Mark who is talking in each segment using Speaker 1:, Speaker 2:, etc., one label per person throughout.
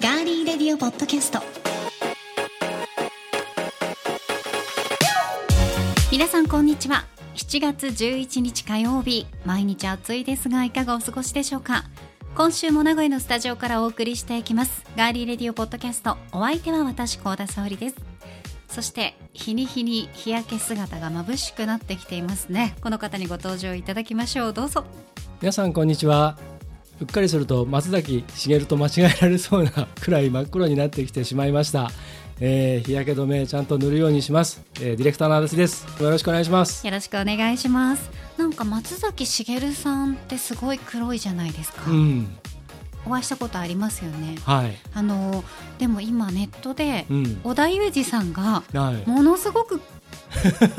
Speaker 1: ディオポッドキャスト皆さんこんにちは7月11日火曜日毎日暑いですがいかがお過ごしでしょうか今週も名古屋のスタジオからお送りしていきますガーリーレディオポッドキャストお相手は私高田沙織ですそして日に日に日焼け姿が眩しくなってきていますねこの方にご登場いただきましょうどうぞ
Speaker 2: 皆さんこんにちはうっかりすると松崎しげると間違えられそうなくらい真っ黒になってきてしまいました、えー日焼け止めちゃんと塗るようにします、えーディレクターの足立ですよろしくお願いします
Speaker 1: よろしくお願いしますなんか松崎しげるさんってすごい黒いじゃないですか、
Speaker 2: うん
Speaker 1: お会いしたことありますよね
Speaker 2: はい
Speaker 1: あのでも今ネットで
Speaker 2: うん
Speaker 1: 織田裕二さんが
Speaker 2: はい
Speaker 1: ものす ごく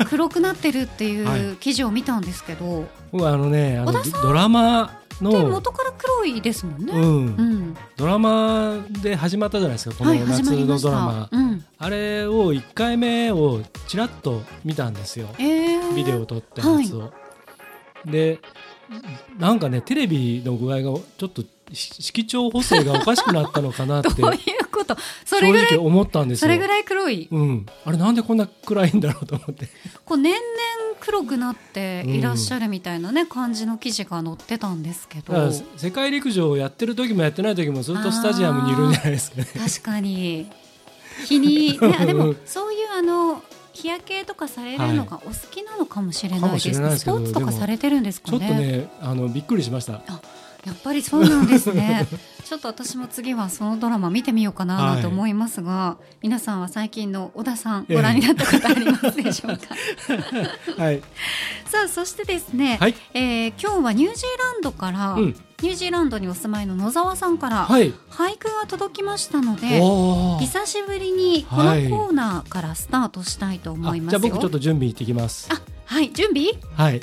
Speaker 1: 黒くなってるって
Speaker 2: はいいう
Speaker 1: 記事を見たんですけど、
Speaker 2: 僕はあのねあ
Speaker 1: 小
Speaker 2: の
Speaker 1: 田さん
Speaker 2: ドラマ
Speaker 1: で
Speaker 2: の
Speaker 1: 元から黒いですもんね、
Speaker 2: う、
Speaker 1: うんん
Speaker 2: ドラマで始まったじゃないですかこ
Speaker 1: は
Speaker 2: の
Speaker 1: い始
Speaker 2: 夏
Speaker 1: まりま
Speaker 2: の
Speaker 1: した
Speaker 2: ドラマ、
Speaker 1: うん、
Speaker 2: あれを1回目をちらっと見たんですよ
Speaker 1: えー、
Speaker 2: ビデオを撮ったやつを。でなんかねテレビの具合がちょっとし色調補正がおかしくなったのかなって
Speaker 1: どういうことそれ
Speaker 2: 正
Speaker 1: ぐら
Speaker 2: 直
Speaker 1: い
Speaker 2: 思ったんですよ。
Speaker 1: それぐらい黒い
Speaker 2: うん、あれなんでこんな暗いんだろうと思 って
Speaker 1: こう年々黒くなっていらっしゃるみたいなね、感じの記事が載ってたんですけど
Speaker 2: だから世界陸上をやってる時もやってない時もずっとスタジアムにいるんじゃないですかね。
Speaker 1: 確かに日に、ね、あで
Speaker 2: う
Speaker 1: も
Speaker 2: ん
Speaker 1: そういうあの日焼けとかされるのがお好きなのかもしれ
Speaker 2: か
Speaker 1: ないです
Speaker 2: もし
Speaker 1: ね、
Speaker 2: れないです
Speaker 1: ス
Speaker 2: け
Speaker 1: ポ
Speaker 2: ど
Speaker 1: ーツとか
Speaker 2: でも
Speaker 1: されてるんですか
Speaker 2: ちょっ
Speaker 1: ね
Speaker 2: とねあのびっくりしました。
Speaker 1: やっぱりそうなんですねちょっと私も次はそのドラマ見てみようかなと思いますが、皆さんは最近の小田さんご覧になったことありますでしょうか、
Speaker 2: はい、
Speaker 1: さあそしてですね、
Speaker 2: はい
Speaker 1: えー今日はニュージーランドから、
Speaker 2: うん
Speaker 1: ニュージーランドにお住まいの野沢さんから
Speaker 2: はい、
Speaker 1: 俳句が届きましたので、
Speaker 2: おー
Speaker 1: 久しぶりにこの
Speaker 2: はい
Speaker 1: コーナーからスタートしたいと思
Speaker 2: あ
Speaker 1: いま
Speaker 2: じ
Speaker 1: す
Speaker 2: ゃ
Speaker 1: よ。
Speaker 2: あ僕ちょっと準備行ってきます。
Speaker 1: あはい準備
Speaker 2: はい、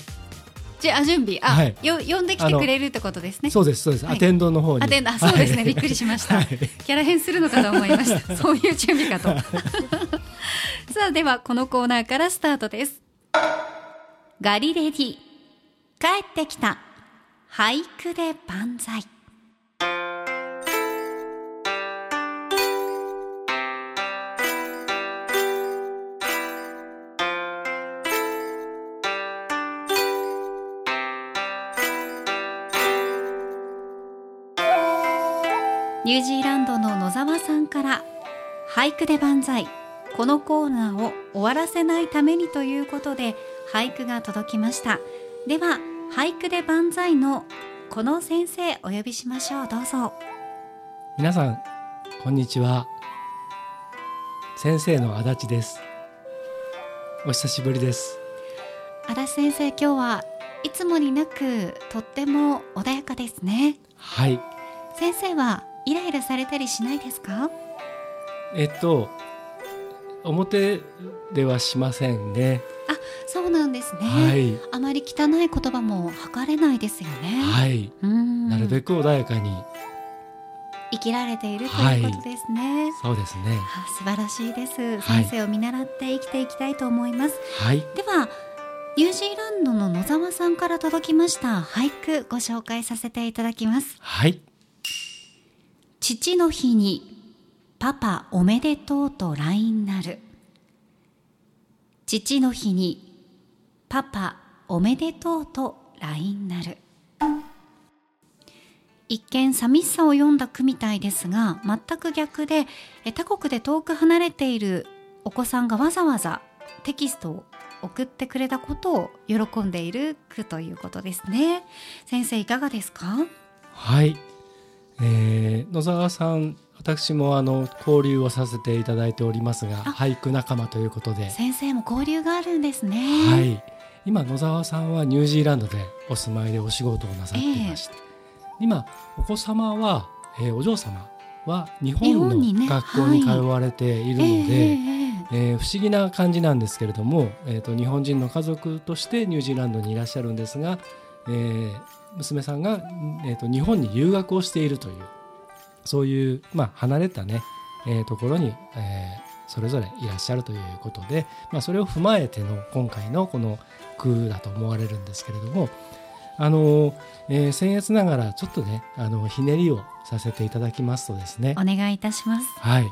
Speaker 1: じゃあ準備あ、
Speaker 2: はい
Speaker 1: よ呼んできてくれるってことですね。
Speaker 2: そうですそうです、
Speaker 1: はい
Speaker 2: アテンドの方に。
Speaker 1: あであそうですね、
Speaker 2: はい
Speaker 1: びっくりしました、
Speaker 2: はい
Speaker 1: キャラ変するのかと思いま したそういう準備かと さあではこのコーナーからスタートですガリレディ帰ってきた俳句で万歳ニュージーランドの野沢さんから俳句で万歳このコーナーを終わらせないためにということで俳句が届きましたでは俳句で万歳のこの先生お呼びしましょうどうぞ
Speaker 2: 皆さんこんにちは先生の足立ですお久しぶりです
Speaker 1: 荒先生今日はいつもになくとっても穏やかですね
Speaker 2: はい
Speaker 1: 先生はイライラされたりしないですか
Speaker 2: えっと表ではしませんね、
Speaker 1: そうなんですね、
Speaker 2: はい
Speaker 1: あまり汚い言葉も吐かれないですよね、
Speaker 2: はい、
Speaker 1: うん
Speaker 2: なるべく穏やかに
Speaker 1: 生きられているということですね、
Speaker 2: そうですね
Speaker 1: あ素晴らしいです、
Speaker 2: はい
Speaker 1: 先生を見習って生きていきたいと思います
Speaker 2: はい
Speaker 1: ではニュージーランドの野沢さんから届きました俳句ご紹介させていただきます
Speaker 2: はい
Speaker 1: 父の日にパパおめでとうと LINE なる父の日にパパおめでとうと LINE なる一見寂しさを読んだ句みたいですが全く逆でえ他国で遠く離れているお子さんがわざわざテキストを送ってくれたことを喜んでいる句ということですね先生いかがですか
Speaker 2: はい、えー野沢さん私もあの交流をさせていただいておりますが
Speaker 1: あ
Speaker 2: 俳句仲間ということで
Speaker 1: 先生も交流があるんですね
Speaker 2: はい、今野沢さんはニュージーランドでお住まいでお仕事をなさっていまして、今お子様は、えーお嬢様は日
Speaker 1: 日
Speaker 2: 本
Speaker 1: 本にね
Speaker 2: の学校に通われているので、
Speaker 1: ええ
Speaker 2: えー不思議な感じなんですけれども、えー、と日本人の家族としてニュージーランドにいらっしゃるんですが、えー娘さんが、えー、と日本に留学をしているというそういう、まあ、離れたね、えーところに、えーそれぞれいらっしゃるということで、まあ、それを踏まえての今回のこの句だと思われるんですけれどもあの、えー、僭越ながらちょっとねあのひねりをさせていただきますとですね
Speaker 1: お願いいたします。
Speaker 2: はい、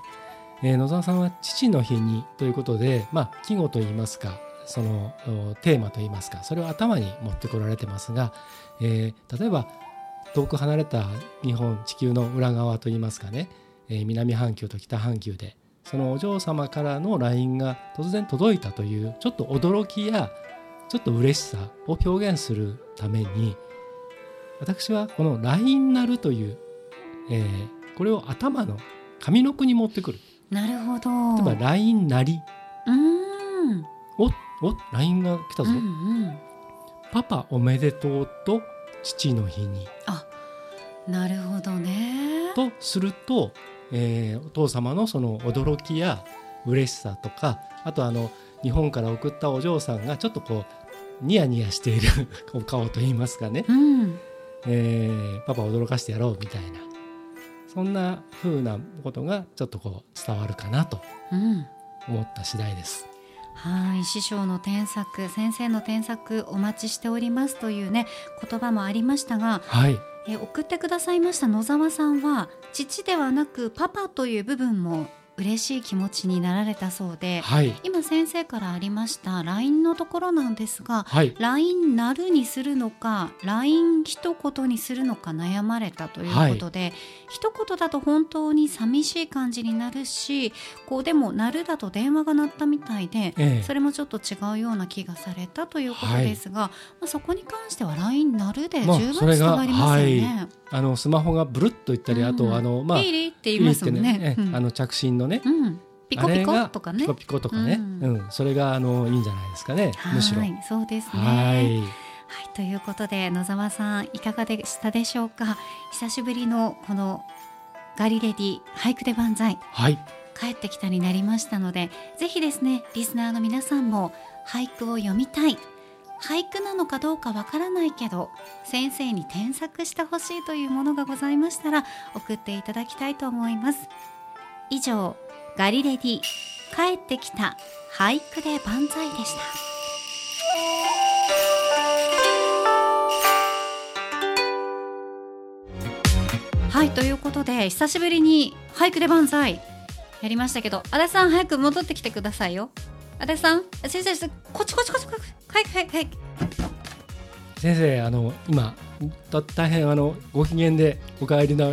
Speaker 2: えー野沢さんは父の日にということで、まあ、季語といいますかそのおテーマといいますかそれを頭に持ってこられてますが、えー例えば遠く離れた日本地球の裏側といいますかね、えー南半球と北半球でそのお嬢様からの LINE が突然届いたというちょっと驚きやちょっと嬉しさを表現するために私はこの LINE なるという、えーこれを頭の上の句に持ってくる
Speaker 1: なるほど。
Speaker 2: 例えば LINE なり
Speaker 1: うーん。
Speaker 2: おお LINE が来たぞ、
Speaker 1: うんうん。
Speaker 2: パパおめでとうと父の日に
Speaker 1: なるほどね。
Speaker 2: とすると、えーお父様のその驚きや嬉しさとかあとあの日本から送ったお嬢さんがちょっとこうニヤニヤしている お顔といいますかね、
Speaker 1: うん。
Speaker 2: えーパパ驚かしてやろうみたいなそんな風なことがちょっとこう伝わるかなと
Speaker 1: うん。
Speaker 2: 思った次第です。
Speaker 1: はい師匠の添削先生の添削お待ちしておりますというね言葉もありましたが
Speaker 2: はい
Speaker 1: え送ってくださいました野沢さんは父ではなくパパという部分も嬉しい気持ちになられたそうで
Speaker 2: はい
Speaker 1: 今先生からありました LINE のところなんですが
Speaker 2: はい
Speaker 1: LINE なるにするのか LINE 一言にするのか悩まれたということで、一言だと本当に寂しい感じになるしこうでもなるだと電話が鳴ったみたいで、
Speaker 2: ええ
Speaker 1: それもちょっと違うような気がされたということですが、まあ、そこに関しては LINE なるで
Speaker 2: まあ
Speaker 1: 十
Speaker 2: そ
Speaker 1: 分
Speaker 2: れ
Speaker 1: 伝
Speaker 2: が
Speaker 1: わりますよね。
Speaker 2: あのスマホがブルッといったり、
Speaker 1: うん
Speaker 2: あとあのまあ
Speaker 1: ピリって言いますもんね。
Speaker 2: ピリって
Speaker 1: うん
Speaker 2: あの着信のね、
Speaker 1: うんピコピコとかね
Speaker 2: あれがピコ。ピコとかね、
Speaker 1: う
Speaker 2: うんん、それがあのいいんじゃないですかね、むしろ。
Speaker 1: は
Speaker 2: はい
Speaker 1: い、そうですね。はい、ということで野沢さんいかがでしたでしょうか久しぶりのこのガリレディ俳句で万歳
Speaker 2: はい、
Speaker 1: 帰ってきたになりましたのでぜひですねリスナーの皆さんも俳句を読みたい俳句なのかどうかわからないけど先生に添削してほしいというものがございましたら送っていただきたいと思います以上ガリレディ帰ってきた俳句で万歳でしたはいということで久しぶりに俳句で万歳やりましたけど足立さん早く戻ってきてくださいよ足立さんあ先生先生こっちこっちこっちこっちはいはいはい
Speaker 2: 先生あの今だ大変あのご機嫌でお帰りな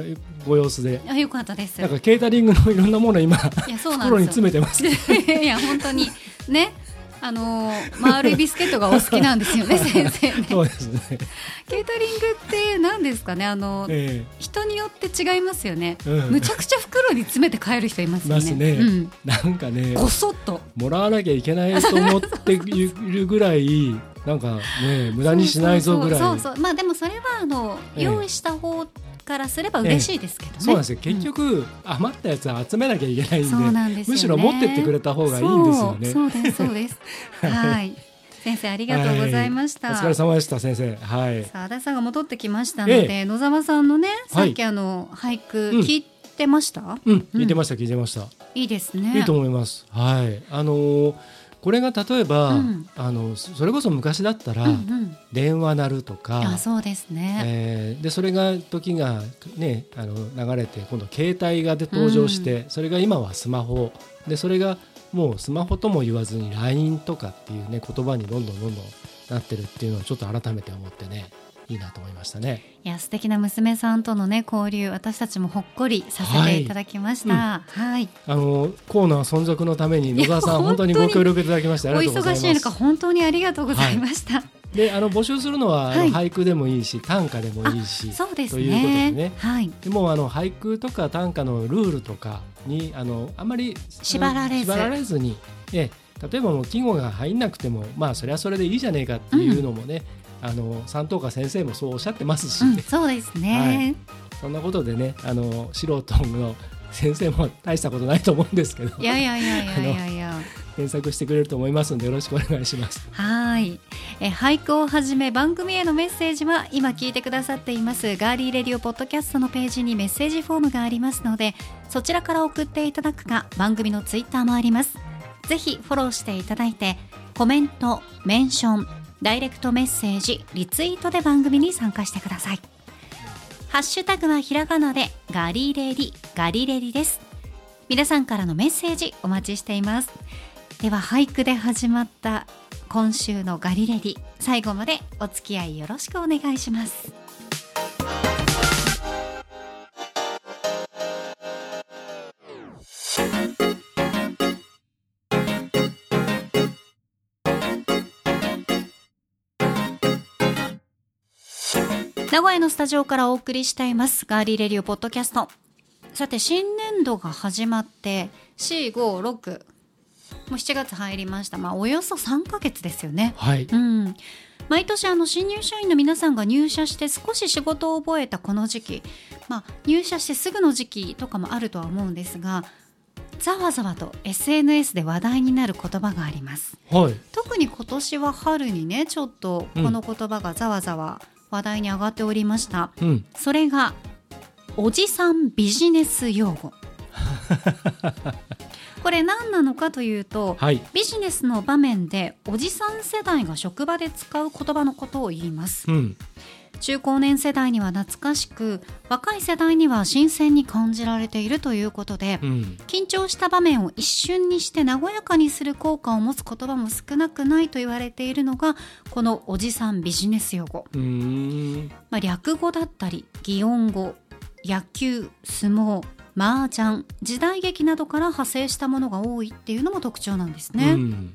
Speaker 2: ご様子で、
Speaker 1: あよかったです
Speaker 2: なんかケータリングのい ろんなもの今
Speaker 1: いやそうなん
Speaker 2: 袋に
Speaker 1: ですよ
Speaker 2: 詰めてます。
Speaker 1: いや本当にねあのー丸いビスケットがお好きなんですよ ね先生ね
Speaker 2: そうです ね。
Speaker 1: ケータリングって何ですかねあの
Speaker 2: え
Speaker 1: 人によって違いますよね、
Speaker 2: えうん
Speaker 1: むちゃくちゃ袋に詰めて帰る人いますよね
Speaker 2: ますね
Speaker 1: うん、
Speaker 2: なんかね、
Speaker 1: ごそっと
Speaker 2: もらわなきゃいけないと思っているぐらい、なんかね無駄にしないぞぐら い。
Speaker 1: そうそうそうそうまあでもそれはあの、
Speaker 2: ええ
Speaker 1: 用意した方からすれば嬉しいですけどね、
Speaker 2: そうなんですよ結局、余ったやつは集めなきゃいけないんで
Speaker 1: そうなんですよね
Speaker 2: むしろ持ってってくれた方がいいんですよね
Speaker 1: そうそうですそうです はい先生ありがとうございました、
Speaker 2: はいお疲れ様でした先生はい
Speaker 1: さあ足立さんが戻ってきましたので、
Speaker 2: え
Speaker 1: 野沢さんのねさ
Speaker 2: はい
Speaker 1: っきあの、俳句
Speaker 2: うん
Speaker 1: 聞いてました、
Speaker 2: うん聞いてました聞いてました、
Speaker 1: いいですね
Speaker 2: いいと思いますはいあのーこれが例えば、
Speaker 1: うん
Speaker 2: あのそれこそ昔だったら、
Speaker 1: うんうん
Speaker 2: 電話鳴るとか
Speaker 1: あそうですね、
Speaker 2: えーでそれが時がねあの流れて今度携帯がで登場して、それが今はスマホでそれがもうスマホとも言わずに LINE とかっていうね言葉にどんどんどんどんなってるっていうのをちょっと改めて思ってねいいなと思いましたね。
Speaker 1: いや素敵な娘さんとのね交流私たちもほっこりさせていただきましたはい、
Speaker 2: あのコーナー存続のために野沢さ
Speaker 1: いや
Speaker 2: ん本当に
Speaker 1: 本
Speaker 2: ご
Speaker 1: 当に
Speaker 2: 協力いただきましてあり
Speaker 1: お
Speaker 2: がとうござ
Speaker 1: 忙
Speaker 2: います。
Speaker 1: しい中本当にありがとうございました、
Speaker 2: であの募集するのは、あの
Speaker 1: はい
Speaker 2: 俳句でもいいし短歌でもいいし
Speaker 1: そうです
Speaker 2: ということ
Speaker 1: ね
Speaker 2: でね
Speaker 1: はい
Speaker 2: でもあの俳句とか短歌のルールとかにあのあんまり
Speaker 1: 縛られず
Speaker 2: 縛られずに、ええ例えばもう季語が入んなくてもまあそれはそれでいいじゃねえかっていうのもね、あの三等家先生もそうおっしゃってますし、
Speaker 1: うん、そうですね、
Speaker 2: そんなことでねあの素人の先生も大したことないと思うんですけど
Speaker 1: い、やいやいやいやいやいや
Speaker 2: 検索してくれると思いますんでよろしくお願いします。
Speaker 1: はいえ俳句をはじめ番組へのメッセージは今聞いてくださっていますガーリーレディオポッドキャストのページにメッセージフォームがありますのでそちらから送っていただくか番組のツイッターもありますぜひフォローしていただいてコメントメンションダイレクトメッセージリツイートで番組に参加してくださいハッシュタグはひらがなでガリレリガリレリです皆さんからのメッセージお待ちしていますでは俳句で始まった今週のガリレリ最後までお付き合いよろしくお願いします名古屋のスタジオからお送りしていますガーリーレディオポッドキャストさて新年度が始まって456もう7月入りましたまあおよそ3ヶ月ですよね
Speaker 2: はい、
Speaker 1: うん毎年あの新入社員の皆さんが入社して少し仕事を覚えたこの時期、まあ、入社してすぐの時期とかもあるとは思うんですがざわざわと SNS で話題になる言葉があります
Speaker 2: はい、
Speaker 1: 特に今年は春にねちょっとこの言葉がざわざわ話題に上がっておりました、
Speaker 2: うん、
Speaker 1: それがおじさんビジネス用語これ何なのかというと
Speaker 2: はい、
Speaker 1: ビジネスの場面でおじさん世代が職場で使う言葉のことを言います
Speaker 2: うん、
Speaker 1: 中高年世代には懐かしく若い世代には新鮮に感じられているということで
Speaker 2: うん、
Speaker 1: 緊張した場面を一瞬にして和やかにする効果を持つ言葉も少なくないと言われているのがこのおじさんビジネス用語、
Speaker 2: うーん、
Speaker 1: まあ、略語だったり擬音語野球相撲麻雀時代劇などから派生したものが多いっていうのも特徴なんですね、
Speaker 2: うん、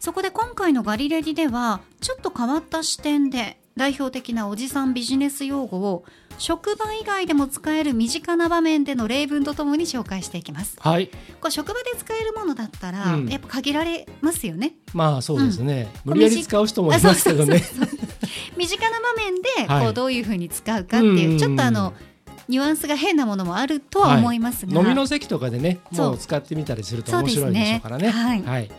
Speaker 1: そこで今回の「ガリレディ」ではちょっと変わった視点で代表的なおじさんビジネス用語を職場以外でも使える身近な場面での例文とともに紹介していきます
Speaker 2: はい、
Speaker 1: こう職場で使えるものだったら、
Speaker 2: うん
Speaker 1: やっぱ限られますよね。
Speaker 2: まあそうですね、無理やり使う人も
Speaker 1: あ
Speaker 2: いますけどね。
Speaker 1: そうそうそう身近な場面で
Speaker 2: はい
Speaker 1: こうどういうふうに使うかっていう、
Speaker 2: うん
Speaker 1: ちょっとあのニュアンスが変なものもあるとは思いますが、
Speaker 2: 飲みの席とかでね、
Speaker 1: そう
Speaker 2: もう使ってみたりすると
Speaker 1: そう
Speaker 2: 面
Speaker 1: ですね
Speaker 2: 白いでしょうからね。
Speaker 1: はい
Speaker 2: はい、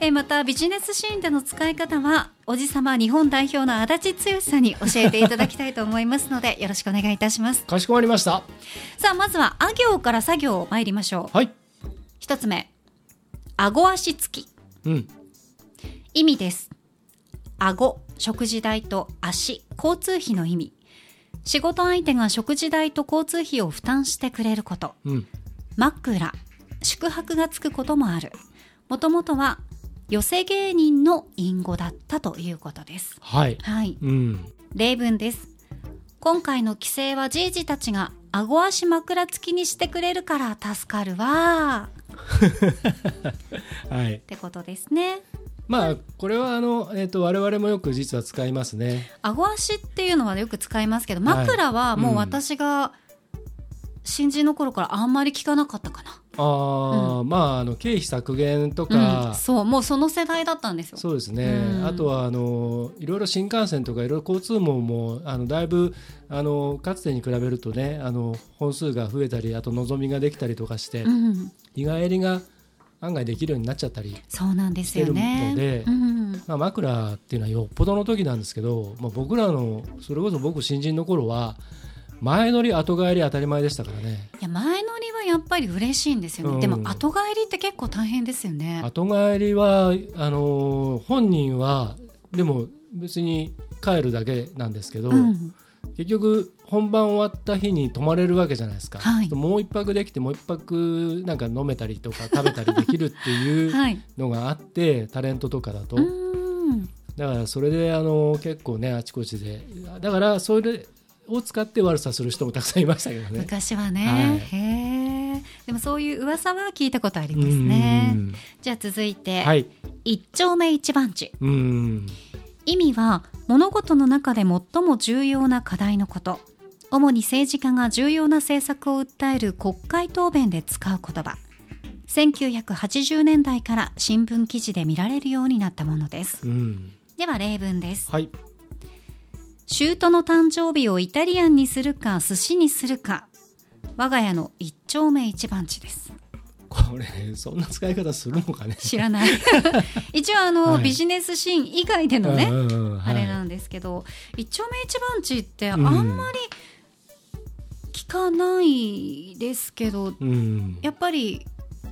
Speaker 1: えーまたビジネスシーンでの使い方はおじさま日本代表の足立剛さんに教えていただきたいと思いますのでよろしくお願いいたします。
Speaker 2: かしこまりました。
Speaker 1: さあまずはあ行から作業参りましょう。
Speaker 2: はい、
Speaker 1: 一つ目顎足つき
Speaker 2: うん、
Speaker 1: 意味です顎食事代と足交通費の意味仕事相手が食事代と交通費を負担してくれること
Speaker 2: うん、
Speaker 1: 枕宿泊がつくこともあるもともとは寄せ芸人の隠語だったということです
Speaker 2: はい、
Speaker 1: はい
Speaker 2: うん、
Speaker 1: 例文です今回の規制はじいじたちが顎足枕付きにしてくれるから助かるわーっ
Speaker 2: はい。
Speaker 1: てことですね
Speaker 2: まあこれはあのえっ、と我々もよく実は使いますね。
Speaker 1: 顎足っていうのはよく使いますけど
Speaker 2: はい
Speaker 1: 枕はもううん私が新人の頃からあんまり聞かなかったか
Speaker 2: ああ、まああの経費削減と
Speaker 1: な、
Speaker 2: か。
Speaker 1: うん、そうもうその世代だったんですよ
Speaker 2: そうですね、
Speaker 1: うん
Speaker 2: あとはあのいろいろ新幹線とかいろいろ交通網もあのだいぶあのかつてに比べるとねあの本数が増えたりあと望みができたりとかして、
Speaker 1: うん、
Speaker 2: 日帰りが案外できるようになっちゃったり、
Speaker 1: そうなんですよね
Speaker 2: してるので
Speaker 1: うん、
Speaker 2: まあ、枕っていうのはよっぽどの時なんですけど、まあ、僕らのそれこそ僕新人の頃は前乗り後帰り当たり前でしたからね
Speaker 1: いや前乗りはやっぱり嬉しいんですよね、
Speaker 2: うん
Speaker 1: でも後帰りって結構大変ですよね
Speaker 2: 後帰りはあのー本人はでも別に帰るだけなんですけど、
Speaker 1: うん、
Speaker 2: 結局本番終わった日に泊まれるわけじゃないですか、
Speaker 1: はい
Speaker 2: もう一泊できてもう一泊なんか飲めたりとか食べたりできるっていう
Speaker 1: はい
Speaker 2: のがあって、タレントとかだと、
Speaker 1: うん
Speaker 2: だからそれであの結構ねあちこちでだからそれを使って悪さする人もたくさんいましたけどね。
Speaker 1: 昔はね、
Speaker 2: はい
Speaker 1: へえでもそういう噂は聞いたことありますね
Speaker 2: うん
Speaker 1: じゃあ続いて、
Speaker 2: はい、
Speaker 1: 一丁目一番地
Speaker 2: うん
Speaker 1: 意味は物事の中で最も重要な課題のこと主に政治家が重要な政策を訴える国会答弁で使う言葉1980年代から新聞記事で見られるようになったものです
Speaker 2: うん、
Speaker 1: では例文です
Speaker 2: はい、
Speaker 1: 舅の誕生日をイタリアンにするか寿司にするか我が家の一丁目一番地です
Speaker 2: これそんな使い方するのかね。
Speaker 1: 知らない 一応あの、
Speaker 2: はい
Speaker 1: ビジネスシーン以外でのね、
Speaker 2: うんうんうん
Speaker 1: あれな
Speaker 2: は
Speaker 1: んですけど、一丁目一番地ってあん
Speaker 2: ん
Speaker 1: まり聞かないですけど、
Speaker 2: いうん、
Speaker 1: やっぱり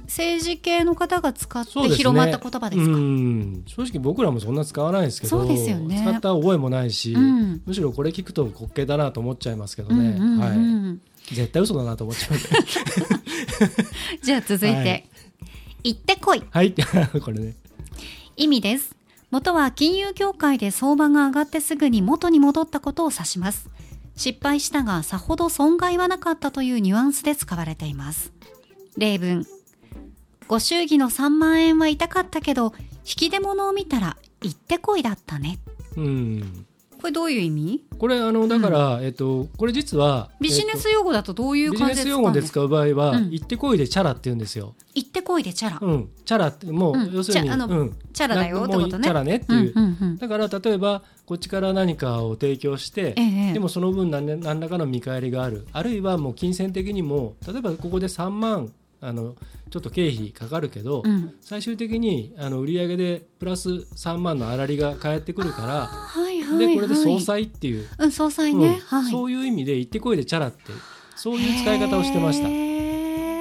Speaker 1: 政治系の方が使って
Speaker 2: そうですね
Speaker 1: 広まった言葉です
Speaker 2: う
Speaker 1: か。
Speaker 2: ん正直僕らもそんな使わないですけど
Speaker 1: そうですよね
Speaker 2: 使った覚えもないし、
Speaker 1: うん
Speaker 2: むしろこれ聞くと滑稽だなと思っちゃいますけど
Speaker 1: うん
Speaker 2: ね、
Speaker 1: うん
Speaker 2: は
Speaker 1: うん
Speaker 2: い、絶対嘘だなと思っちゃうんで
Speaker 1: じゃあ続いて、
Speaker 2: はい
Speaker 1: 行ってこい
Speaker 2: はい これね
Speaker 1: 意味です元は金融業界で相場が上がってすぐに元に戻ったことを指します失敗したがさほど損害はなかったというニュアンスで使われています例文ご祝儀の3万円は痛かったけど引き出物を見たら行ってこいだったね
Speaker 2: うん
Speaker 1: これどういう意味
Speaker 2: これあのだから、えっとこれ実は
Speaker 1: ビジネ
Speaker 2: えっ
Speaker 1: ス用語だとどうい
Speaker 2: と
Speaker 1: う
Speaker 2: ビジ
Speaker 1: 感
Speaker 2: ネ
Speaker 1: じ
Speaker 2: ス
Speaker 1: で
Speaker 2: 用語で
Speaker 1: 使
Speaker 2: 使う場合は、
Speaker 1: うん
Speaker 2: 行ってこいでチャラって言うんですよ。
Speaker 1: う行ってこいでチャラ、
Speaker 2: うん、チャラってもう、
Speaker 1: うん
Speaker 2: 要するに
Speaker 1: じゃああの
Speaker 2: うん、
Speaker 1: チャラだよって
Speaker 2: もう
Speaker 1: ことね
Speaker 2: チャラねっていう。
Speaker 1: うんうんうん
Speaker 2: だから例えばこっちから何かを提供して、
Speaker 1: ええ
Speaker 2: でもその分何何らかの見返りがあるあるいはもう金銭的にも例えばここで3万あのちょっと経費かかるけど、
Speaker 1: うん
Speaker 2: 最終的にあの売上でプラス3万のあらりが返ってくるか
Speaker 1: はいはい
Speaker 2: ら
Speaker 1: はい、
Speaker 2: でこれで総裁っていう、
Speaker 1: うん総裁ね、
Speaker 2: うん
Speaker 1: はい
Speaker 2: そういう意味で言ってこいでチャラってそういう使い方をしてました。
Speaker 1: へ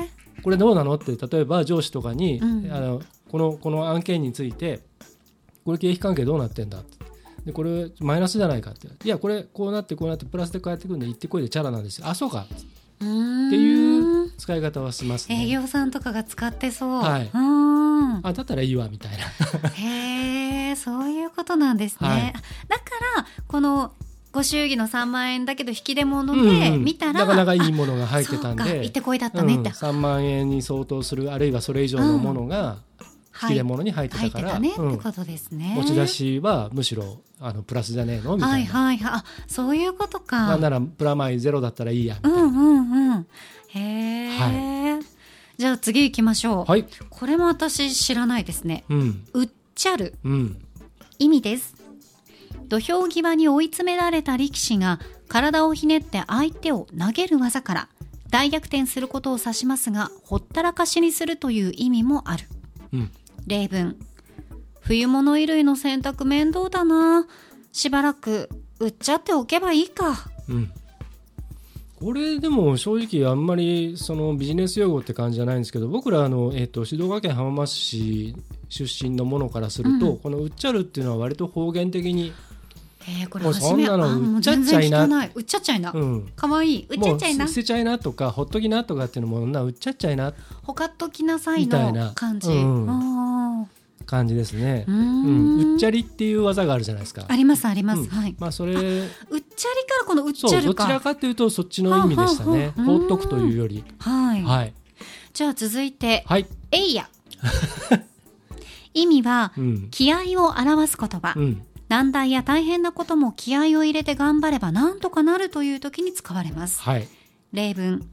Speaker 1: ー
Speaker 2: これどうなのって例えば上司とかに、
Speaker 1: うん
Speaker 2: あのこのこの案件についてこれ経費関係どうなってんだってでこれマイナスじゃないかっていやこれこうなってこうなってプラスで変えてくるんで言ってこいでチャラなんですよあそうかっ
Speaker 1: うーん
Speaker 2: ていう使い方はします
Speaker 1: 営
Speaker 2: ね
Speaker 1: 業さんとかが使ってそう、
Speaker 2: はいう
Speaker 1: ーん
Speaker 2: あだったらいいわみたいな
Speaker 1: へえそういうことなんですね、
Speaker 2: はい
Speaker 1: だからこのご祝儀の3万円だけど引き出物
Speaker 2: うんうん
Speaker 1: で見たら、
Speaker 2: なかなかいいものが入って
Speaker 1: あ
Speaker 2: たん
Speaker 1: そうか
Speaker 2: で
Speaker 1: 行ってこいだったねって、
Speaker 2: うん3万円に相当するあるいはそれ以上のものが引き出物に入って
Speaker 1: 入
Speaker 2: た
Speaker 1: っ
Speaker 2: か
Speaker 1: て
Speaker 2: ら、
Speaker 1: たねっ
Speaker 2: うん
Speaker 1: てことですね、
Speaker 2: 持ち出しはむしろあのプラスじゃねえのみた
Speaker 1: はいい
Speaker 2: な、
Speaker 1: はいはいあそういうことか
Speaker 2: なんならプラマイゼロだったらいいやみた
Speaker 1: う
Speaker 2: い
Speaker 1: ん
Speaker 2: な、
Speaker 1: うんうんへえ、じゃあ次行きましょう、
Speaker 2: はい
Speaker 1: これも私知らないですね
Speaker 2: うん
Speaker 1: うっちゃる
Speaker 2: うん、
Speaker 1: 意味です土俵際に追い詰められた力士が体をひねって相手を投げる技から大逆転することを指しますがほったらかしにするという意味もある
Speaker 2: うん、
Speaker 1: 例文冬物衣類の洗濯面倒だなしばらく売っちゃっておけばいいか
Speaker 2: うん。これでも正直あんまりそのビジネス用語って感じじゃないんですけど僕らあの、えっと静岡県浜松市出身のものからすると、
Speaker 1: うん
Speaker 2: この「うっちゃる」っていうのは割と方言的に、
Speaker 1: えー、これ
Speaker 2: もう
Speaker 1: 初め
Speaker 2: そんなの
Speaker 1: あもう
Speaker 2: 売っちゃっちゃ
Speaker 1: 全
Speaker 2: いな
Speaker 1: 然聞かない売っちゃっちゃいな、
Speaker 2: うん、
Speaker 1: かわいい売っちゃっちゃいな
Speaker 2: もう捨てちゃいなとかほっときなとかっていうのもそんなうっちゃっちゃいな
Speaker 1: ほかっときなさい
Speaker 2: みたいな
Speaker 1: の感じ、
Speaker 2: うん
Speaker 1: あ
Speaker 2: 感じですね
Speaker 1: ーうー。
Speaker 2: うん、
Speaker 1: ん
Speaker 2: うっちゃりっていう技があるじゃないですか。
Speaker 1: ありますあります、
Speaker 2: うん
Speaker 1: はい
Speaker 2: まあそれ
Speaker 1: うっちゃりからこのうっち
Speaker 2: そ
Speaker 1: ゃ
Speaker 2: うど
Speaker 1: る
Speaker 2: ち
Speaker 1: から
Speaker 2: かというとそっちの意味でしたね。
Speaker 1: はあはあはあ
Speaker 2: 放っとくというより、
Speaker 1: はい、
Speaker 2: はい
Speaker 1: じゃあ続いて
Speaker 2: はい、
Speaker 1: 「えいや」 意味は
Speaker 2: うん、
Speaker 1: 気合を表す言葉、
Speaker 2: うん、
Speaker 1: 難題や大変なことも気合を入れて頑張ればなんとかなるという時に使われます
Speaker 2: はい。
Speaker 1: 例文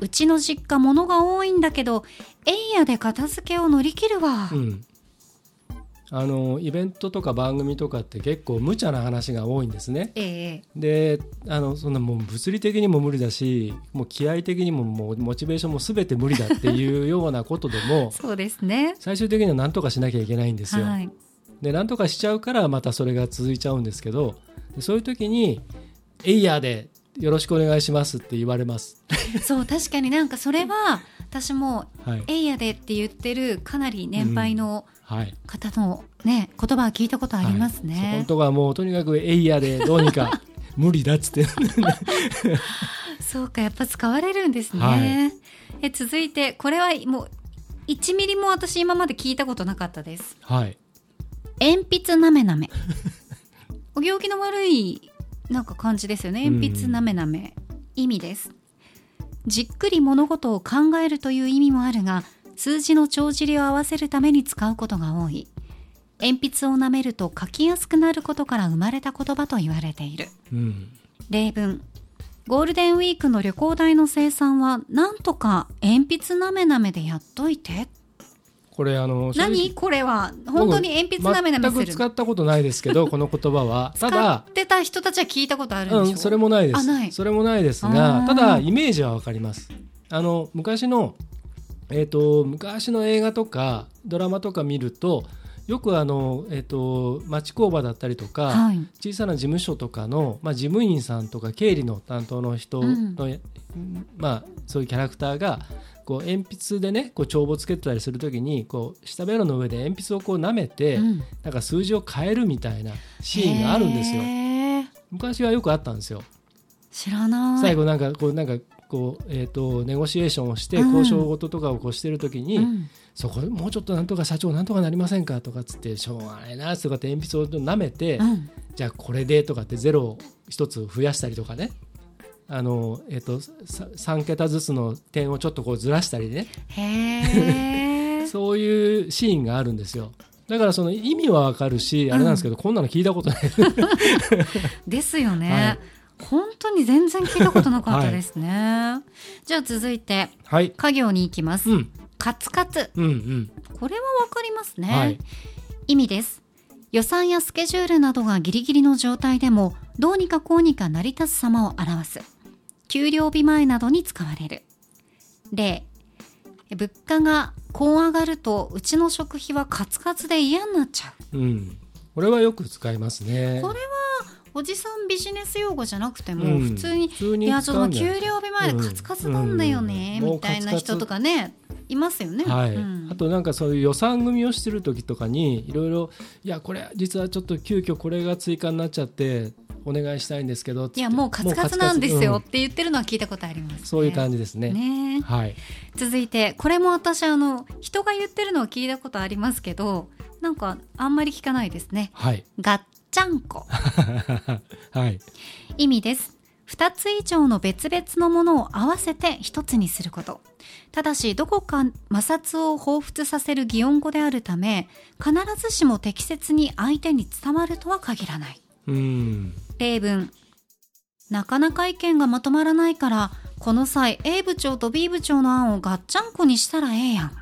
Speaker 1: うちの実家物が多いんだけど「えいや」で片付けを乗り切るわ、
Speaker 2: うん、あのイベントとか番組とかって結構無茶な話が多いんですね。
Speaker 1: ええ
Speaker 2: であのそんなもう物理的にも無理だしもう気合的にももうモチベーションも全て無理だっていうようなことで も
Speaker 1: そうですね
Speaker 2: 最終的には何とかしなきゃいけないんですよ。
Speaker 1: はい
Speaker 2: で何とかしちゃうからまたそれが続いちゃうんですけどでそういう時に「エイヤーでよろしくお願いします」って言われます。
Speaker 1: そう確かになんかそれは私も
Speaker 2: はい
Speaker 1: 「えいやで」って言ってるかなり年配の、
Speaker 2: はい
Speaker 1: 方のね言葉は聞いたことありますね。
Speaker 2: はい、そこのとこはもうとにかく「エイヤーでどう にか無理だ」っつって
Speaker 1: そうかやっぱ使われるんですね。
Speaker 2: は
Speaker 1: え続いてこれはもう1ミリも私今まで聞いたことなかったです。
Speaker 2: はい
Speaker 1: 鉛筆なめなめ。 お行儀の悪いなんか感じですよね。
Speaker 2: うん
Speaker 1: 鉛筆なめなめ、意味です。じっくり物事を考えるという意味もあるが数字の帳尻を合わせるために使うことが多い。鉛筆をなめると書きやすくなることから生まれた言葉と言われている。
Speaker 2: うん
Speaker 1: 例文ゴールデンウィークの旅行代の生産はなんとか鉛筆なめなめでやっといて
Speaker 2: これあの
Speaker 1: 何これは本当に鉛筆なめなめす
Speaker 2: 僕全
Speaker 1: る
Speaker 2: く使ったことないですけどこの言葉 はた
Speaker 1: 使
Speaker 2: だ
Speaker 1: ってた人たちは聞いたことあるんで
Speaker 2: う
Speaker 1: しょ、
Speaker 2: んそれもないです
Speaker 1: あない
Speaker 2: それもないです
Speaker 1: あ
Speaker 2: が
Speaker 1: ー
Speaker 2: ただイメージはわかりますあの昔のえっ、と昔の映画とかドラマとか見るとよくあの、えっと町工場だったりとか、
Speaker 1: はい
Speaker 2: 小さな事務所とかの、まあ、事務員さんとか経理の担当の人の、
Speaker 1: うん
Speaker 2: まあ、そういうキャラクターがこう鉛筆でねこう帳簿つけてたりするときにこう下ベロの上で鉛筆をこう舐めて、
Speaker 1: うん
Speaker 2: なんか数字を変えるみたいなシーンがあるんですよ。
Speaker 1: へー
Speaker 2: 昔はよくあったんですよ。
Speaker 1: 知らない
Speaker 2: 最後なんかこうなんかこうえっ、とネゴシエーションをして
Speaker 1: うん
Speaker 2: 交渉事とかをこうしてるときに、
Speaker 1: うん
Speaker 2: そこもうちょっとなんとか社長なんとかなりませんかとかっつってしょうがないなとかって鉛筆を舐めて、
Speaker 1: うん
Speaker 2: じゃあこれでとかってゼロを一つ増やしたりとかねあの、えっと3桁ずつの点をちょっとこうずらしたりね
Speaker 1: へ え
Speaker 2: そういうシーンがあるんですよだからその意味はわかるしあれなんですけど、こんなの聞いたことない
Speaker 1: ですよね、
Speaker 2: はい
Speaker 1: 本当に全然聞いたことなかったですね、じゃあ続いて
Speaker 2: はい
Speaker 1: 家業に行きます、
Speaker 2: うん
Speaker 1: カツカツ
Speaker 2: うんうん
Speaker 1: これはわかりますね、
Speaker 2: はい
Speaker 1: 意味です予算やスケジュールなどがギリギリの状態でもどうにかこうにか成り立つ様を表す給料日前などに使われる例物価がこう上がるとうちの食費はカツカツで嫌になっちゃ
Speaker 2: うんこれはよく使いますね
Speaker 1: これうおじさんビジネス用語じゃなくて
Speaker 2: う
Speaker 1: も
Speaker 2: ん
Speaker 1: 普通に、
Speaker 2: 普通
Speaker 1: いやそ
Speaker 2: 使
Speaker 1: うの
Speaker 2: んじゃない
Speaker 1: 給料日前でカツカツなんだよね、
Speaker 2: うん
Speaker 1: みたいな人とかねいますよね、
Speaker 2: はい
Speaker 1: うん
Speaker 2: あとなんかそういう予算組をしてる時とかにいろいろ「いやこれ実はちょっと急遽これが追加になっちゃってお願いしたいんですけど」
Speaker 1: いやもうカツカツなんですよっ
Speaker 2: うん
Speaker 1: て言ってるのは聞いたことあります、ね、
Speaker 2: そういう感じですね。
Speaker 1: ね
Speaker 2: はい、
Speaker 1: 続いてこれも私あの人が言ってるのは聞いたことありますけどなんかあんまり聞かないですね
Speaker 2: はい、
Speaker 1: ガッチャンコ
Speaker 2: はい、
Speaker 1: 意味です2つ以上の別々のものを合わせて1つにすることただしどこか摩擦を彷彿させる擬音語であるため必ずしも適切に相手に伝わるとは限らない
Speaker 2: うん、
Speaker 1: 例文なかなか意見がまとまらないからこの際 A 部長と B 部長の案をガッチャンコにしたらええやん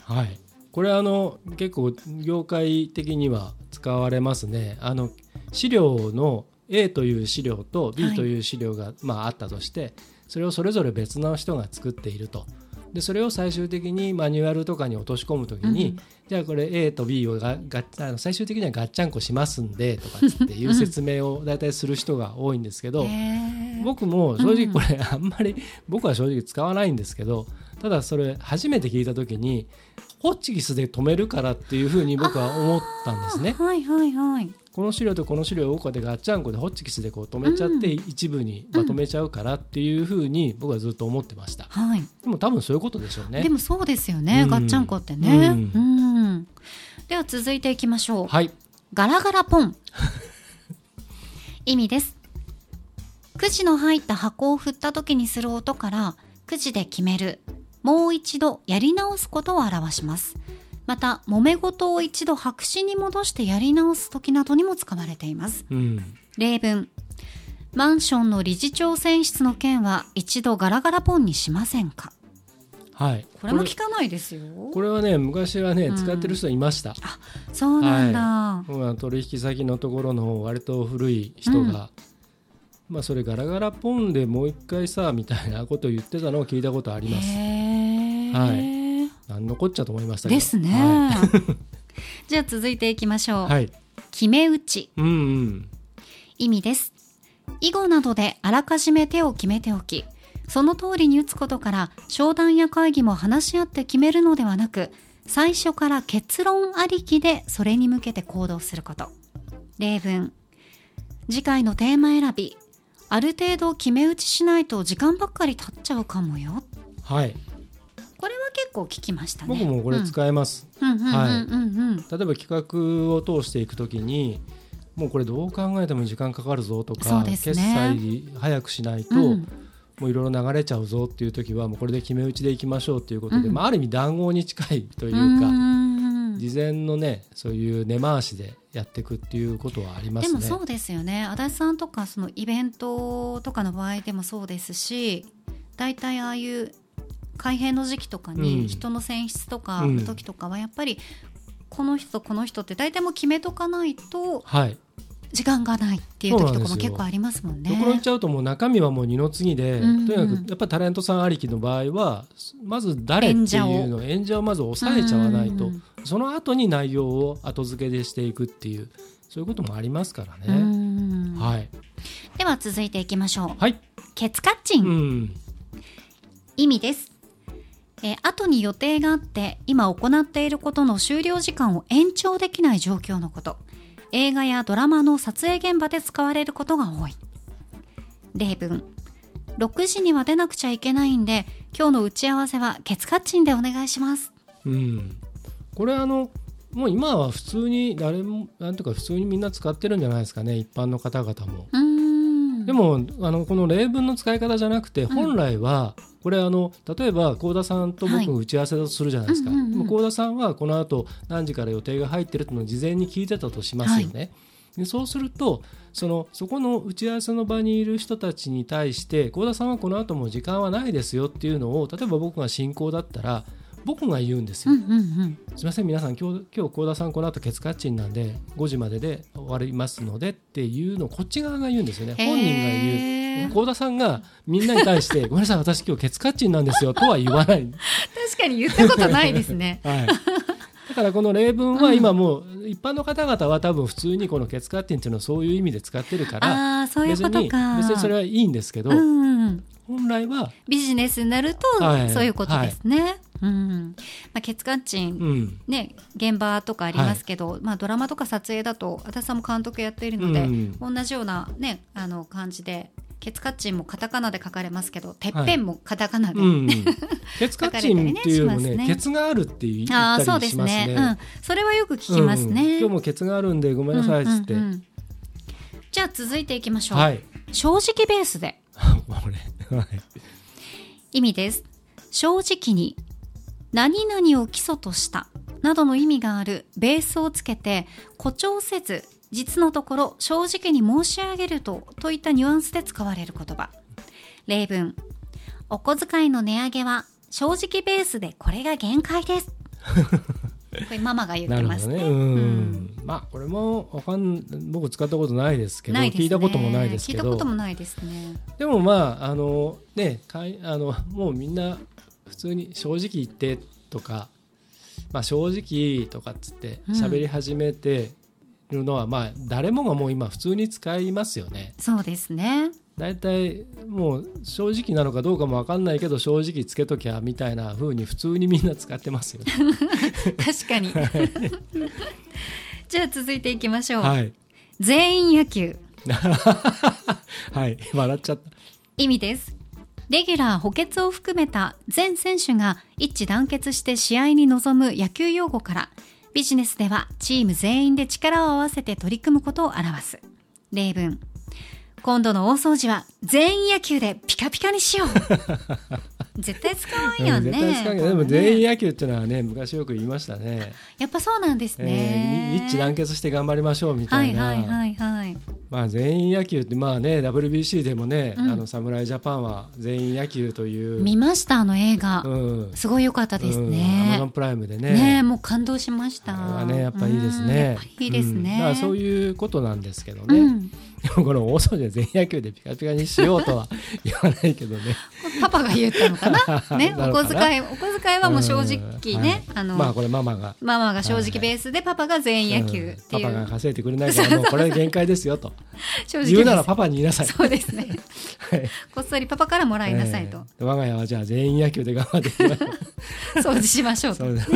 Speaker 2: はい。これあの結構業界的には使われますね。あの資料の A という資料と
Speaker 1: はい
Speaker 2: B という資料が、まああったとして、それをそれぞれ別の人が作っていると。でそれを最終的にマニュアルとかに落とし込むときに、
Speaker 1: うん
Speaker 2: じゃあこれ A と B をががあの最終的にはガッチャンコしますんでとかっつっていう説明を大体する人が多いんですけ ど、
Speaker 1: へー
Speaker 2: 僕も正直これあんまり僕は正直使わないんですけどただそれ初めて聞いた時にホッチキスで止めるからっていうふうに僕は思ったんですね。
Speaker 1: はいはいはい。
Speaker 2: この資料とこの資料をこうやってガッチャンコでホッチキスでこう止めちゃって一部にまとめちゃうからっていうふうに僕はずっと思ってました。
Speaker 1: はい。
Speaker 2: でも多分そういうことでしょうね
Speaker 1: で。もそうですよね、
Speaker 2: うん
Speaker 1: ガッチャンコってね。う
Speaker 2: うんん。
Speaker 1: では続いていきましょう。
Speaker 2: はい。
Speaker 1: ガラガラポン。意味です。くじの入った箱を振った時にする音から、くじで決める。もう一度やり直すことを表します。また、揉め事を一度白紙に戻してやり直す時などにも使われています。
Speaker 2: うん。
Speaker 1: 例文マンションの理事長選出の件は一度ガラガラポンにしませんか
Speaker 2: はい。
Speaker 1: これも
Speaker 2: こ
Speaker 1: 聞かないですよ
Speaker 2: これはね昔はね
Speaker 1: うん
Speaker 2: 使ってる人いました。
Speaker 1: そうなんだ、
Speaker 2: まあ、取引先のところの割と古い人が、まあそれガラガラポンでもう一回さみたいなことを言ってたのを聞いたことあります。
Speaker 1: へー
Speaker 2: なんのこっちゃと思いましたけど。
Speaker 1: ですね、
Speaker 2: は
Speaker 1: じゃあ続いていきましょ
Speaker 2: い。
Speaker 1: う、
Speaker 2: はい、
Speaker 1: 決め打ち
Speaker 2: うんうん。
Speaker 1: 意味です囲碁などであらかじめ手を決めておきその通りに打つことから商談や会議も話し合って決めるのではなく最初から結論ありきでそれに向けて行動すること例文次回のテーマ選びある程度決め打ちしないと時間ばっかり経っちゃうかもよ
Speaker 2: はい。
Speaker 1: これは結構聞きましたね
Speaker 2: 僕もこれ使えます。
Speaker 1: うんうんうんうんうんうん
Speaker 2: 例えば企画を通していくときに。もうこれどう考えても時間かかるぞと
Speaker 1: そ
Speaker 2: か、
Speaker 1: うですね
Speaker 2: 決済早くしないと、
Speaker 1: うん
Speaker 2: もういろいろ流れちゃうぞっていう時はもうこれで決め打ちでいきましょうということで、
Speaker 1: うん
Speaker 2: まあ、ある意味談合に近いというか、
Speaker 1: うん
Speaker 2: 事前のねそういう根回しでやっていくっていうことはあります
Speaker 1: で
Speaker 2: ね。
Speaker 1: もそうですよね足立さんとかそのイベントとかの場合でもそうですし大体ああいう改変の時期とか
Speaker 2: う
Speaker 1: に
Speaker 2: ん
Speaker 1: 人の選出とか
Speaker 2: うん
Speaker 1: の時とかはやっぱりこの人とこの人って大体もう決めとかないと
Speaker 2: はい、
Speaker 1: 時間がないっていう時とかも結構ありますもんね。
Speaker 2: ところに行っちゃうともう中身はもう二の次で、
Speaker 1: うんうん
Speaker 2: とにかくやっぱタレントさんありきの場合はまず誰っていうのを演者をまず抑えちゃわないと、
Speaker 1: うん
Speaker 2: その後に内容を後付けでしていくっていうそういうこともありますから
Speaker 1: う
Speaker 2: ね。
Speaker 1: ん
Speaker 2: はい、
Speaker 1: では続いていきましょう。
Speaker 2: はい
Speaker 1: ケツカッチン、
Speaker 2: うん
Speaker 1: 意味です。えー後に予定があって今行っていることの終了時間を延長できない状況のこと映画やドラマの撮影現場で使われることが多い例文6時には出なくちゃいけないんで今日の打ち合わせはケツカッチンでお願いします
Speaker 2: うん、これあのもう今は普通に誰もなんていうか普通にみんな使ってるんじゃないですかね一般の方々も。
Speaker 1: うーん
Speaker 2: でもあのこの例文の使い方じゃなくて
Speaker 1: ん
Speaker 2: 本来は、これあの例えば幸田さんと
Speaker 1: はい
Speaker 2: 僕が打ち合わせをするじゃないですか
Speaker 1: うんうんうん
Speaker 2: でも幸、田さんはこのあと何時から予定が入ってるっていうのを事前に聞いてたとしますよね。でそうするとそのそこの打ち合わせの場にいる人たちに対して幸田さんはこの後もう時間はないですよっていうのを例えば僕が進行だったら僕が言うんです
Speaker 1: う
Speaker 2: よ。
Speaker 1: んうんうん
Speaker 2: すみません皆さん今日今日幸田さんこの後ケツカッチンなんで5時までで終わりますのでっていうのをこっち側が言うんですよね本人が言う
Speaker 1: へー
Speaker 2: 幸田さんがみんなに対し て「ごめんなさい私今日ケツカッチンなんですよ」とは言わない、
Speaker 1: 確かに言ったことないですね
Speaker 2: はい、だからこの例文は今もう一般の方々は多分普通にこのケツカッチンっていうのはそういう意味で使ってるから
Speaker 1: ああーそういう
Speaker 2: 別
Speaker 1: こ
Speaker 2: に
Speaker 1: とか
Speaker 2: 別にそれはいいんですけど、
Speaker 1: うんうんうん
Speaker 2: 本来は
Speaker 1: ビジネスになると、
Speaker 2: はい
Speaker 1: そういうことですね。うん。まあ、ケツカッチン、
Speaker 2: うん。
Speaker 1: ね、現場とかありますけど、まあ、ドラマとか撮影だと、私さんも監督やっているので、
Speaker 2: うん
Speaker 1: 同じようなね、あの感じで。ケツカッチンもカタカナで書かれますけど、てっぺんもカタカナで。
Speaker 2: うん、ケツカッチンっていうのも
Speaker 1: 書か
Speaker 2: ね
Speaker 1: れたりねしますね
Speaker 2: ケツがあるって言っ
Speaker 1: ああ、そ
Speaker 2: た
Speaker 1: うで
Speaker 2: りし
Speaker 1: す
Speaker 2: ます
Speaker 1: ね
Speaker 2: ね。
Speaker 1: うん、それはよく聞きますね。
Speaker 2: うん今日もケツがあるんでごめんなさいっつって、
Speaker 1: うんうんうんじゃあ、続いていきましょう。
Speaker 2: はい
Speaker 1: 正直ベースで。
Speaker 2: 俺はい
Speaker 1: 意味です正直に何々を基礎としたなどの意味があるベースをつけて誇張せず実のところ正直に申し上げるとといったニュアンスで使われる言葉例文お小遣いの値上げは正直ベースでこれが限界 ですこれママが言っ
Speaker 2: な
Speaker 1: て
Speaker 2: るほ
Speaker 1: ま
Speaker 2: ど
Speaker 1: すね
Speaker 2: ねうん、まあこれもわかん僕使ったことないですけど
Speaker 1: ないですね
Speaker 2: 聞いたこともないですけ
Speaker 1: 聞いた
Speaker 2: ど
Speaker 1: こともないですね
Speaker 2: でもまああのねかいあのもうみんな普通に正直言ってとか、まあ、正直とかっつって
Speaker 1: うん
Speaker 2: 喋り始めてるのは、まあ誰もがもう今普通に使いますよね。
Speaker 1: そうです ね
Speaker 2: 大体もう正直なのかどうかも分かんないけど正直つけときゃみたいな風に普通にみんな使ってます よね。
Speaker 1: 確 かにじゃあ続いていきましょう、
Speaker 2: はい、
Speaker 1: 全員野球
Speaker 2: はい、笑っちゃった。
Speaker 1: 意味ですレギュラー補欠を含めた全選手が一致団結して試合に臨む野球用語からビジネスではチーム全員で力を合わせて取り組むことを表す例文今度の大掃除は全員野球でピカピカに しよう絶対使わんやんね
Speaker 2: 絶対使うけどでも全員野球っていうのはね昔よく言いましたね。
Speaker 1: やっぱそうなんですね、
Speaker 2: えー一致団結して頑張りましょうみた
Speaker 1: はいい
Speaker 2: な、
Speaker 1: はいはいはい
Speaker 2: まあ、全員野球ってまあね WBC でもね、
Speaker 1: うん
Speaker 2: あの侍ジャパンは全員野球という、
Speaker 1: 見ましたあの映画、
Speaker 2: うん、
Speaker 1: すごい良かったです
Speaker 2: うんアマ
Speaker 1: ね、
Speaker 2: ゾンプライムでね。
Speaker 1: ねえもう感動しました。
Speaker 2: あれはねやっぱいいで
Speaker 1: う
Speaker 2: すね。
Speaker 1: んやっぱりいいですね。
Speaker 2: うんだからそういうことなんですけど
Speaker 1: う
Speaker 2: ね。
Speaker 1: ん
Speaker 2: でもこの大掃除は全員野球でピカピカにしようとは言わないけ どね。
Speaker 1: パパが言ったのかな。ね、
Speaker 2: な
Speaker 1: お
Speaker 2: のか
Speaker 1: 小
Speaker 2: な
Speaker 1: 遣い、お小遣いはもう正直ね、
Speaker 2: うんはい
Speaker 1: あの、
Speaker 2: まあこれママが
Speaker 1: ママが正直ベースで、パパが全員野球って
Speaker 2: うん
Speaker 1: い
Speaker 2: パパが
Speaker 1: う。
Speaker 2: 稼いでくれないからもうこれで限界ですよと
Speaker 1: 正直
Speaker 2: 言うな
Speaker 1: ベ
Speaker 2: ら
Speaker 1: ー
Speaker 2: パパに言いなさい
Speaker 1: ス。そうです ね。こっそりパパからもらいなさいと、
Speaker 2: ええ我が家はじゃあ全員野球で頑張っていき ましょう
Speaker 1: 掃除しましょう
Speaker 2: そ
Speaker 1: と。
Speaker 2: うです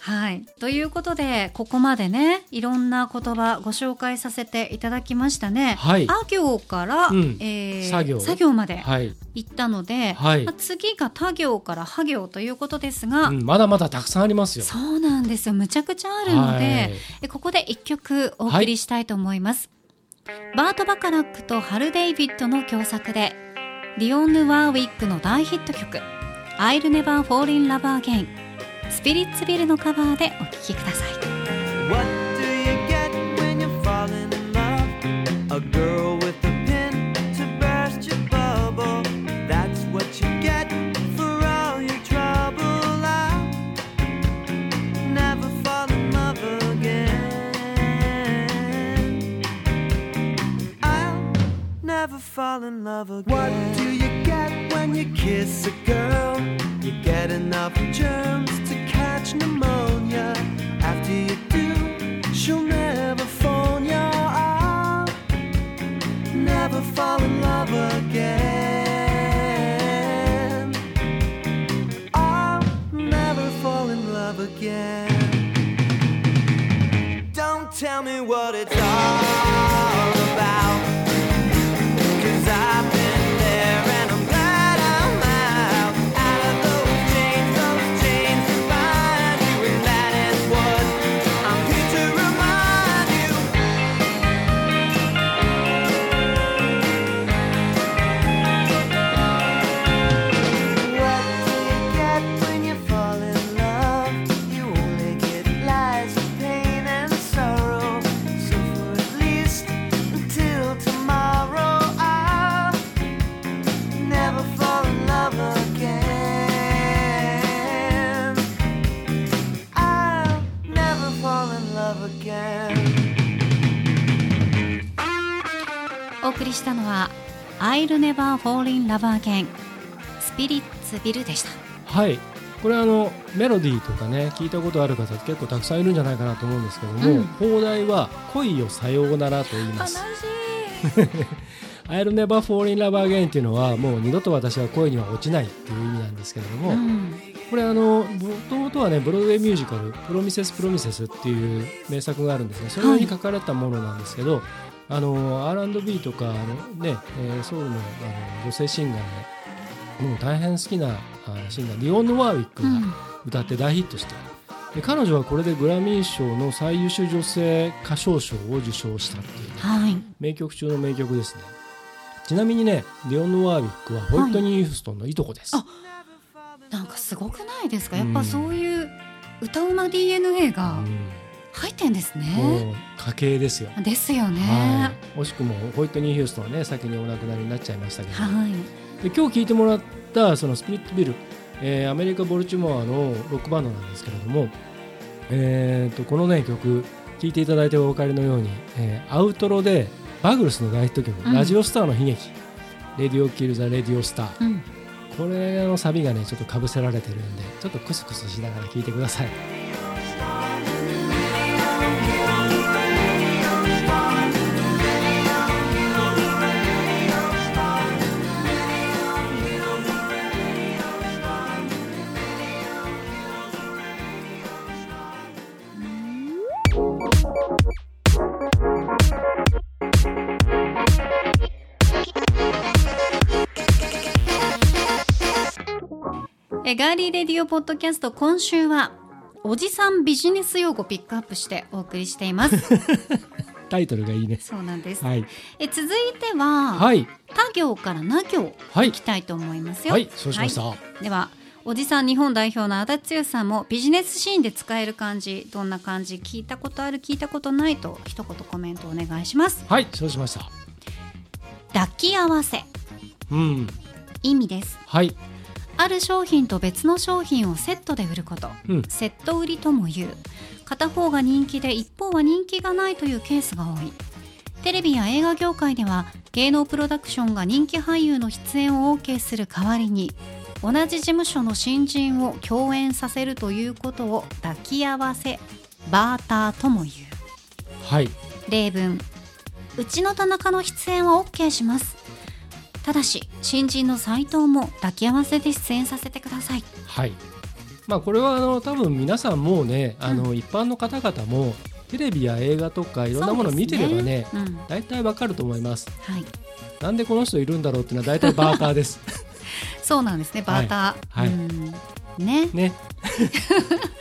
Speaker 1: はい、ということでここまでねいろんな言葉ご紹介させていただきましたね。
Speaker 2: はい
Speaker 1: あ行から、
Speaker 2: うん
Speaker 1: えー
Speaker 2: 作業
Speaker 1: まで
Speaker 2: はい、
Speaker 1: 行ったので、
Speaker 2: はい
Speaker 1: まあ次が他行からは行ということですが、
Speaker 2: うん、まだまだたくさんありますよ
Speaker 1: そうなんですよむちゃくちゃあるので、
Speaker 2: はい
Speaker 1: えここで一曲お送りしたいと思います、バート・バカラックとハル・デイビッドの共作でディオンヌ・ワーウィックの大ヒット曲「I'll Never Fall in Love Again」スピリッツビルのカバーでお聴きください
Speaker 3: What do you get when you're falling in love? A girl with a pin to burst your bubble. That's what you get for all your trouble. I'll never fall in love again. enough germs to catch pneumonia. After you do, she'll never phone you. I'll never fall in love again. I'll never fall in love again. Don't tell me what it's all about. Cause I've been there and I'm glad I'm out. Out of those chains, those chains to find you. And that is what I'm here to remind you. What do you get when you fall in love? You only get lies, pain, and sorrow. So for at least until tomorrow, I'll never fall in love again. I'll never fall in love again.
Speaker 1: お送りしたのは「I'll Never Fall in Love Again」スピリッツビルでした
Speaker 2: はいこれあのメロディーとかね聞いたことある方結構たくさんいるんじゃないかなと思うんですけども、
Speaker 1: うん
Speaker 2: 放題は「恋よさようなら」と言います
Speaker 1: しい
Speaker 2: 「I'll never fall in love again」っていうのはもう二度と私は恋には落ちないっていう意味なんですけれども、
Speaker 1: うん
Speaker 2: これあのもともとはねブロードウェイミュージカル「プロミセス・プロミセス」っていう名作があるんですねそれに書かれたものなんですけど、あの R&B とかあの、ねえーソウルのあの女性シンガーでもう大変好きなあシンガーリオン・ヌワーウィック
Speaker 1: う
Speaker 2: が
Speaker 1: ん
Speaker 2: 歌って大ヒットした、で彼女はこれでグラミー賞の最優秀女性歌唱賞を受賞したっていうね、
Speaker 1: はい
Speaker 2: 名曲中の名曲ですねちなみにねリオン・ヌワーウィックはホイットニー・ヒューストンのいとこです、
Speaker 1: あなんかすごくないですかやっぱそういう歌うま DNA が
Speaker 2: うん
Speaker 1: 入ってんですね、
Speaker 2: もう家系ですよ。
Speaker 1: ですよね
Speaker 2: はい、惜しくもホイットニー・ヒューストンはね先にお亡くなりになっちゃいましたけど、
Speaker 1: はい、
Speaker 2: で今日聞いてもらったそのスピリットビル、えーアメリカ・ボルチモアのロックバンドなんですけれども、えー、とこのね曲聴いていただいてお分かりのように、えーアウトロでバグルスの大ヒット曲「
Speaker 1: うん
Speaker 2: ラジオスターの悲劇」レディオ・キル・ザ・レディオ・スター」
Speaker 1: うん、
Speaker 2: これのサビがねちょっとかぶせられてるんでちょっとクスクスしながら聴いてください。
Speaker 1: えガーリーレディオポッドキャスト今週はおじさんビジネス用語ピックアップしてお送りしています
Speaker 2: タイトルがいいね。
Speaker 1: そうなんです、
Speaker 2: はい、
Speaker 1: え続いては、
Speaker 2: はい、
Speaker 1: 他行からな行
Speaker 2: はい
Speaker 1: いき、たいと思いますよ
Speaker 2: はい、そうしました。
Speaker 1: はいではおじさん日本代表の足立剛さんもビジネスシーンで使える漢字どんな漢字聞いたことある聞いたことないと一言コメントお願いします
Speaker 2: はい、そうしました。
Speaker 1: 抱き合わせ
Speaker 2: うん、
Speaker 1: 意味です
Speaker 2: はい、
Speaker 1: ある商品と別の商品をセットで売ること、
Speaker 2: うん
Speaker 1: セット売りとも言う片方が人気で一方は人気がないというケースが多いテレビや映画業界では芸能プロダクションが人気俳優の出演を OK する代わりに同じ事務所の新人を共演させるということを抱き合わせバーターとも言う
Speaker 2: はい、
Speaker 1: 例文うちの田中の出演は OK しますただし新人の斉藤も抱き合わせで出演させてください
Speaker 2: はい。まあ、これはあの多分皆さんもうね、あの一般の方々もテレビや映画とかいろんなものを見てればね、
Speaker 1: うんは
Speaker 2: 大体わかると思います。
Speaker 1: い
Speaker 2: なんでこの人いるんだろうっていうのは大体バータ ーです。
Speaker 1: そうなんですねバーター、
Speaker 2: はいはい
Speaker 1: うんね
Speaker 2: ね。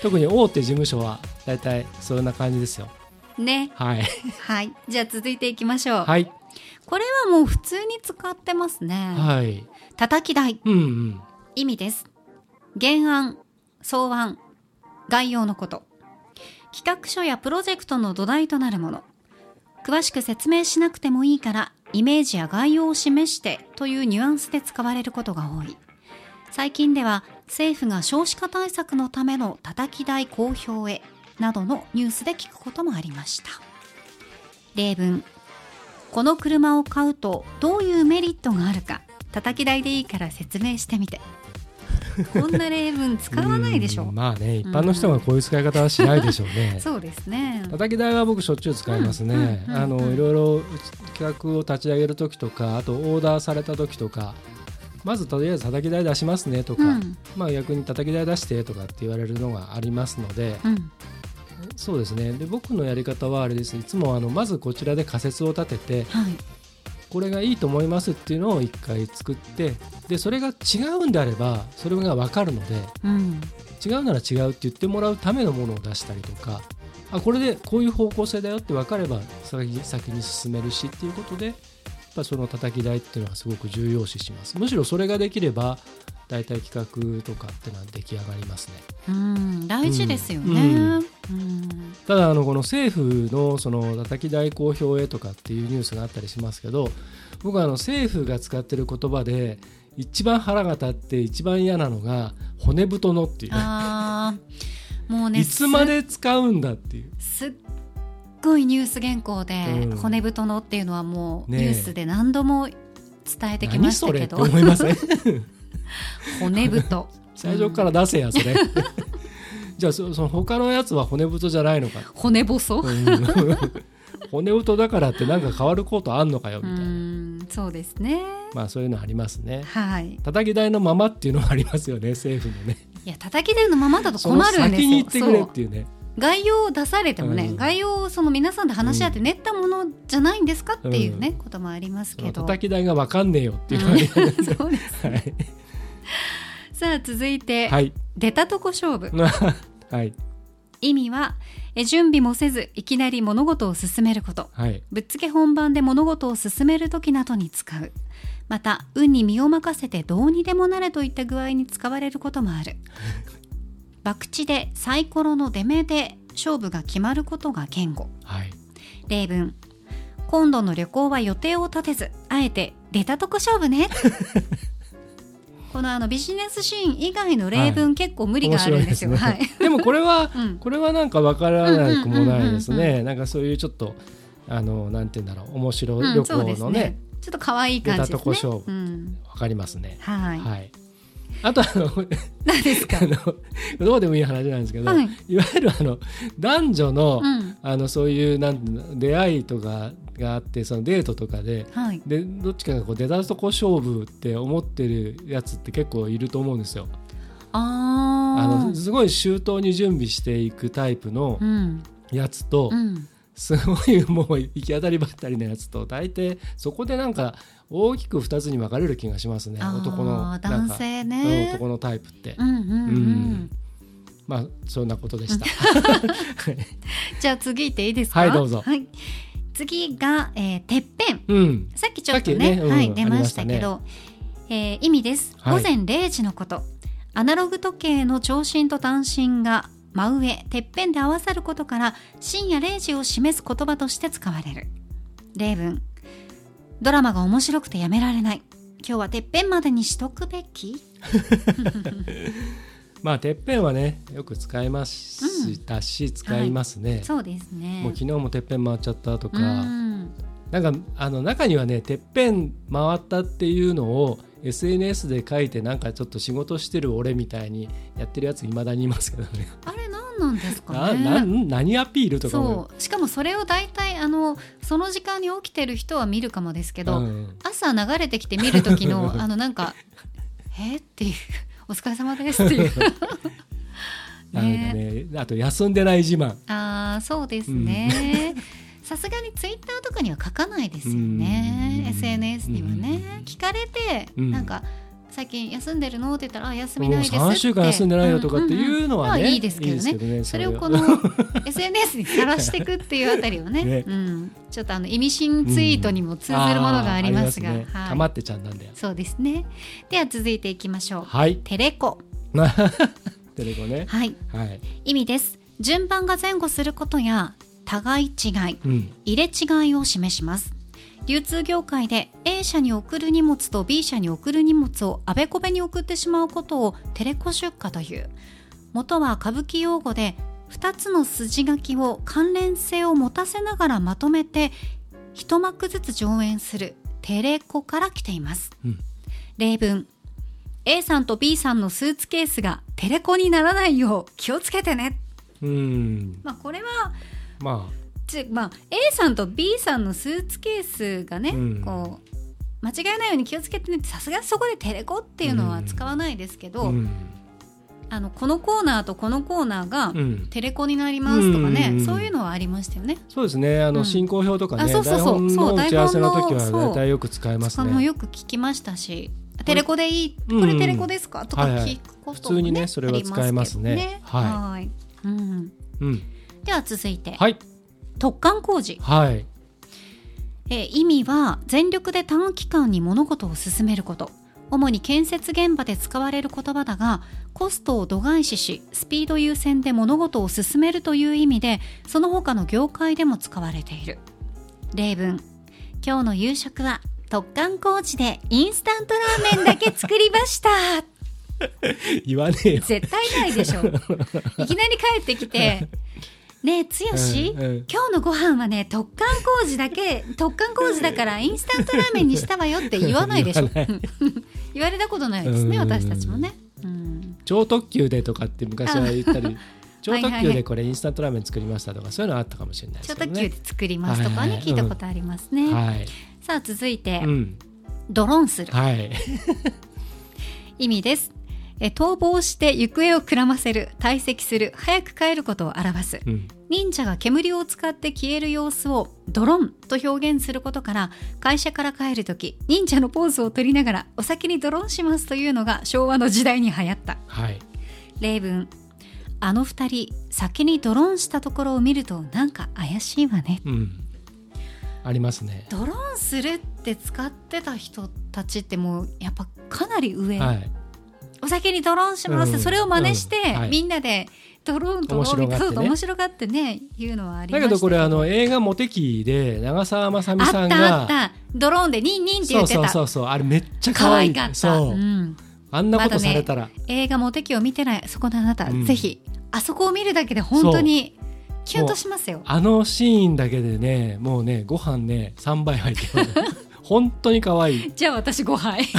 Speaker 2: 特に大手事務所は大体そんな感じですよ。
Speaker 1: ね
Speaker 2: はい、
Speaker 1: はいじゃあ続いていきましょう、
Speaker 2: はい、
Speaker 1: これはもう普通に使ってますね、
Speaker 2: はい、
Speaker 1: 叩き台
Speaker 2: うんうん、
Speaker 1: 意味です原案草案概要のこと企画書やプロジェクトの土台となるもの詳しく説明しなくてもいいからイメージや概要を示してというニュアンスで使われることが多い最近では政府が少子化対策のためのたたき台公表へなどのニュースで聞くこともありました例文この車を買うとどういうメリットがあるか叩き台でいいから説明してみてこんな例文使わないでしょ
Speaker 2: うん
Speaker 1: う。
Speaker 2: まあね一般の人がこういう使い方はしないでしょう ね
Speaker 1: そうですね。
Speaker 2: 叩き台は僕しょっちゅう使いますね、
Speaker 1: うんうんうん
Speaker 2: あのいろいろ企画を立ち上げる時とかあとオーダーされた時とかまずとりあえず叩き台出しますねとか、
Speaker 1: うん
Speaker 2: まあ逆に叩き台出してとかって言われるのがありますので、
Speaker 1: うん。
Speaker 2: そうですねで僕のやり方はあれですいつもあのまずこちらで仮説を立てて
Speaker 1: はい。
Speaker 2: これがいいと思いますっていうのを一回作ってでそれが違うんであればそれが分かるので
Speaker 1: うん。
Speaker 2: 違うなら違うって言ってもらうためのものを出したりとかあこれでこういう方向性だよって分かれば先先に進めるしっていうことでやっぱその叩き台っていうのはすごく重要視しますむしろそれができれば大体企画とかってのは出来上がりますね
Speaker 1: うん。大事ですよね。
Speaker 2: うん
Speaker 1: うん。
Speaker 2: ただあのこの政府のその叩き台公表へとかっていうニュースがあったりしますけど僕はあの政府が使ってる言葉で一番腹が立って一番嫌なのが骨太のっていう、
Speaker 1: ああ。もうね。
Speaker 2: いつまで使うんだっていう
Speaker 1: すっごいニュース原稿で、
Speaker 2: うん
Speaker 1: 骨太のっていうのはもう
Speaker 2: ねえ
Speaker 1: ニュースで何度も伝えてきま
Speaker 2: 何
Speaker 1: し
Speaker 2: そ
Speaker 1: た
Speaker 2: れ
Speaker 1: け
Speaker 2: って
Speaker 1: ど、
Speaker 2: 思いません
Speaker 1: 骨太
Speaker 2: 最初から出せやそれ じゃあそその他のやつは骨太じゃないのか、
Speaker 1: 骨細、
Speaker 2: うん 骨太だからってなんか変わることあんのかよみ
Speaker 1: う
Speaker 2: たいな、
Speaker 1: んそうですね
Speaker 2: まあそういうのありますね
Speaker 1: はい
Speaker 2: 叩き台のままっていうのはありますよね政府のね
Speaker 1: いや叩き出るのままだと
Speaker 2: そ
Speaker 1: 困
Speaker 2: の
Speaker 1: るんです
Speaker 2: 先
Speaker 1: よ
Speaker 2: に行ってくれ
Speaker 1: そ
Speaker 2: っ
Speaker 1: う
Speaker 2: ていうね
Speaker 1: 概要を出されてもね、
Speaker 2: うん
Speaker 1: 概要をその皆さんで話し合って練ったものじゃないんですかっていうね、
Speaker 2: うん
Speaker 1: こともあります
Speaker 2: そ
Speaker 1: け
Speaker 2: の
Speaker 1: ど、
Speaker 2: 叩き台がわかんねえよっていうのは
Speaker 1: うん
Speaker 2: ね
Speaker 1: そうです
Speaker 2: はい
Speaker 1: さあ続いて、
Speaker 2: はい
Speaker 1: 出たとこ勝負
Speaker 2: はい
Speaker 1: 意味はえ準備もせずいきなり物事を進めること
Speaker 2: はい
Speaker 1: ぶっつけ本番で物事を進める時などに使うまた運に身を任せてどうにでもなれといった具合に使われることも ある博打でサイコロの出目で勝負が決まることが言語
Speaker 2: はい
Speaker 1: 例文今度の旅行は予定を立てずあえて出たとこ勝負 ねこのあのビジネスシーン以外の例文、結構無理
Speaker 2: 面
Speaker 1: がある
Speaker 2: 白
Speaker 1: ん
Speaker 2: い
Speaker 1: で
Speaker 2: ですす
Speaker 1: よ
Speaker 2: ね
Speaker 1: はい
Speaker 2: でもこれは
Speaker 1: うん
Speaker 2: これはなんかわからなくもないです
Speaker 1: うんうんうん
Speaker 2: ねなんかそういうちょっとあのなんて言うんだろう面白
Speaker 1: う
Speaker 2: い
Speaker 1: ん
Speaker 2: 旅
Speaker 1: そうで
Speaker 2: 行
Speaker 1: す
Speaker 2: の
Speaker 1: ね
Speaker 2: ね
Speaker 1: ちょっと可愛い感じですね
Speaker 2: 出たとこ勝負
Speaker 1: うん、
Speaker 2: わかりますね
Speaker 1: はい、
Speaker 2: はいあとあ の
Speaker 1: 何ですか
Speaker 2: あのどうでもいい話なんですけど
Speaker 1: はい
Speaker 2: いわゆるあの男女の
Speaker 1: うん
Speaker 2: あのそういうなんていうの出会いとかがあってそのデートとかで
Speaker 1: はい
Speaker 2: でどっちかがこう出だすとこ勝負って思ってるやつって結構いると思うんですよ。あ
Speaker 1: あ
Speaker 2: のすごい周到に準備していくタイプの
Speaker 1: あうん
Speaker 2: やつと、
Speaker 1: うん
Speaker 2: すごいもう行き当たりばったりのやつと大体そこでなんか大きく2つに分かれる気がしますね
Speaker 1: あー
Speaker 2: 男のなん
Speaker 1: 男
Speaker 2: か
Speaker 1: 性
Speaker 2: うん
Speaker 1: ね
Speaker 2: 男のタイプって。
Speaker 1: うんうんう
Speaker 2: うんんまあそんなことでした。
Speaker 1: じゃあ次行っていいですか
Speaker 2: はいどうぞ
Speaker 1: はい、次が、えー、てっぺん
Speaker 2: うん、
Speaker 1: さっきちょっとね
Speaker 2: さっきねうん
Speaker 1: はい、出ましたけどえー意味です、
Speaker 2: は
Speaker 1: 午
Speaker 2: い
Speaker 1: 前0時のことアナログ時計の長針と短針が真上てっぺんで合わさることから深夜0時を示す言葉として使われる例文ドラマが面白くてやめられない今日はてっぺんまでにしとくべき
Speaker 2: まあてっぺんはねよく使いましたし、使いますね。
Speaker 1: そうですね
Speaker 2: もう昨日もてっぺん回っちゃったとか、
Speaker 1: うん
Speaker 2: なんかあの中にはねてっぺん回ったっていうのを SNS で書いてなんかちょっと仕事してる俺みたいにやってるやついまだにいますけどね
Speaker 1: あれ何なんですか
Speaker 2: なな
Speaker 1: ね
Speaker 2: ん何アピールとかも
Speaker 1: そうしかもそれを大体あのその時間に起きてる人は見るかもですけど、
Speaker 2: うん
Speaker 1: 朝流れてきて見る時 のあのなんか「えっ?」っていう 「お疲れ様です」って いう
Speaker 2: なんかねあと休んでない自慢
Speaker 1: ああそうですね、 さすがにツイッターとかには書かないですよ
Speaker 2: う
Speaker 1: ね
Speaker 2: ん
Speaker 1: SNS にはね、
Speaker 2: うん
Speaker 1: 聞かれて、
Speaker 2: うん
Speaker 1: なんか「最近休んでるの?」って言ったらあ「休み
Speaker 2: もう
Speaker 1: ないです」って
Speaker 2: 3週間休んでないよとかっていうのは
Speaker 1: んんん
Speaker 2: ね、
Speaker 1: まあいいですけどねそれをこの SNS にさらしていくっていうあたりをね
Speaker 2: ね
Speaker 1: うん、ちょっとあの意味深ツイートにも通ずるものがありますが、
Speaker 2: あーありますね
Speaker 1: はい
Speaker 2: たまってちゃんなんだよ
Speaker 1: そうですねでは続いていきましょう、
Speaker 2: はい
Speaker 1: テレコ
Speaker 2: テレコね
Speaker 1: はい
Speaker 2: はい、
Speaker 1: 意味です順番が前後することや互い違い
Speaker 2: うん、
Speaker 1: 入れ違いを示します流通業界で A 社に送る荷物と B 社に送る荷物をあべこべに送ってしまうことをテレコ出荷という元は歌舞伎用語で2つの筋書きを関連性を持たせながらまとめて一幕ずつ上演するテレコから来ています、
Speaker 2: うん
Speaker 1: 例文 A さんと B さんのスーツケースがテレコにならないよう気をつけてね。
Speaker 2: うん
Speaker 1: まあ、これは
Speaker 2: ま
Speaker 1: ち、まあ、A さんと B さんのスーツケースがね、
Speaker 2: うん
Speaker 1: こう間違えないように気をつけてねってさすがにそこでテレコっていうのは使わないですけ
Speaker 2: あ
Speaker 1: ど、
Speaker 2: うん
Speaker 1: あのこのコーナーとこのコーナーが
Speaker 2: うん
Speaker 1: テレコになりますとかね、
Speaker 2: うん
Speaker 1: そういうのはありましたよね。
Speaker 2: そうですねあ
Speaker 1: うん
Speaker 2: の進行表とか
Speaker 1: あ
Speaker 2: ね、
Speaker 1: そうそう
Speaker 2: 台
Speaker 1: そう
Speaker 2: 本
Speaker 1: そ
Speaker 2: の
Speaker 1: う
Speaker 2: 打ち合わせの時は
Speaker 1: 台本の
Speaker 2: 大体よく使えま
Speaker 1: そ
Speaker 2: す
Speaker 1: れも
Speaker 2: ね
Speaker 1: よく聞きましたし「テレコでいい、
Speaker 2: うん
Speaker 1: これテレコですか?」とか
Speaker 2: はいは
Speaker 1: 聞
Speaker 2: い
Speaker 1: くこと
Speaker 2: 普
Speaker 1: も、ね
Speaker 2: 通にねそれは使えますね
Speaker 1: ありけどは
Speaker 2: はい
Speaker 1: うん、
Speaker 2: うん
Speaker 1: では続いて、
Speaker 2: はい
Speaker 1: 突貫工事、
Speaker 2: はい
Speaker 1: えー意味は全力で短期間に物事を進めること主に建設現場で使われる言葉だがコストを度外視しスピード優先で物事を進めるという意味でその他の業界でも使われている例文今日の夕食は特貫工事でインスタントラーメンだけ作りま した
Speaker 2: 言わねえよ
Speaker 1: 絶対ないでしょいきなり帰ってきて「ねえ剛、
Speaker 2: うんうん
Speaker 1: 今日のご飯はね特貫工事だ け特貫工事だからインスタントラーメンにしたわよって言わない でしょ
Speaker 2: 言わな
Speaker 1: 言われたことないですね
Speaker 2: うん
Speaker 1: 私たちもね、うん、
Speaker 2: 超特急でとかって昔は言ったり超
Speaker 1: はいはい
Speaker 2: 特急でこれインスタントラーメン作りましたとかそういうのあったかもしれないで
Speaker 1: 超
Speaker 2: すけど
Speaker 1: 特急
Speaker 2: ね
Speaker 1: で作りますとか
Speaker 2: はいは
Speaker 1: ね
Speaker 2: い
Speaker 1: 聞いたことありますね、
Speaker 2: はい
Speaker 1: さあ続いて、
Speaker 2: うん
Speaker 1: ドロンする
Speaker 2: はい
Speaker 1: 意味ですえ逃亡して行方をくらませる退席する早く帰ることを表す
Speaker 2: うん
Speaker 1: 忍者が煙を使って消える様子をドロンと表現することから会社から帰る時忍者のポーズを取りながらお先にドロンしますというのが昭和の時代に流行った
Speaker 2: はい
Speaker 1: 例文あの二人先にドロンしたところを見るとなんか怪しいわね
Speaker 2: うんありますね
Speaker 1: ドロンするって使ってた人たちってもうやっぱかなり上、
Speaker 2: はい
Speaker 1: お先にドロンしますって、
Speaker 2: うん
Speaker 1: それを真似して、
Speaker 2: うんはい
Speaker 1: みんなでドロンドロン
Speaker 2: 面白がってね
Speaker 1: そう面白がってね言うのはありま
Speaker 2: だ
Speaker 1: した
Speaker 2: けどこれあの映画「モテキ」で長澤まさみ
Speaker 1: あ
Speaker 2: さ
Speaker 1: っ
Speaker 2: ん
Speaker 1: たあっ
Speaker 2: が
Speaker 1: たドローンでニンニンって言
Speaker 2: そ
Speaker 1: っ
Speaker 2: う
Speaker 1: てた
Speaker 2: そうそうそうあれめっちゃ
Speaker 1: 可
Speaker 2: 可
Speaker 1: 愛
Speaker 2: 愛い
Speaker 1: かった
Speaker 2: そう、
Speaker 1: ん、
Speaker 2: あんなことされたら、
Speaker 1: 映画「モテキ」を見てないそこのあなた、
Speaker 2: うん
Speaker 1: ぜひあそこを見るだけで本当にキュンとしますよ
Speaker 2: あのシーンだけでねもうねご飯ね3杯入って る本当に可愛い
Speaker 1: じゃあ私5杯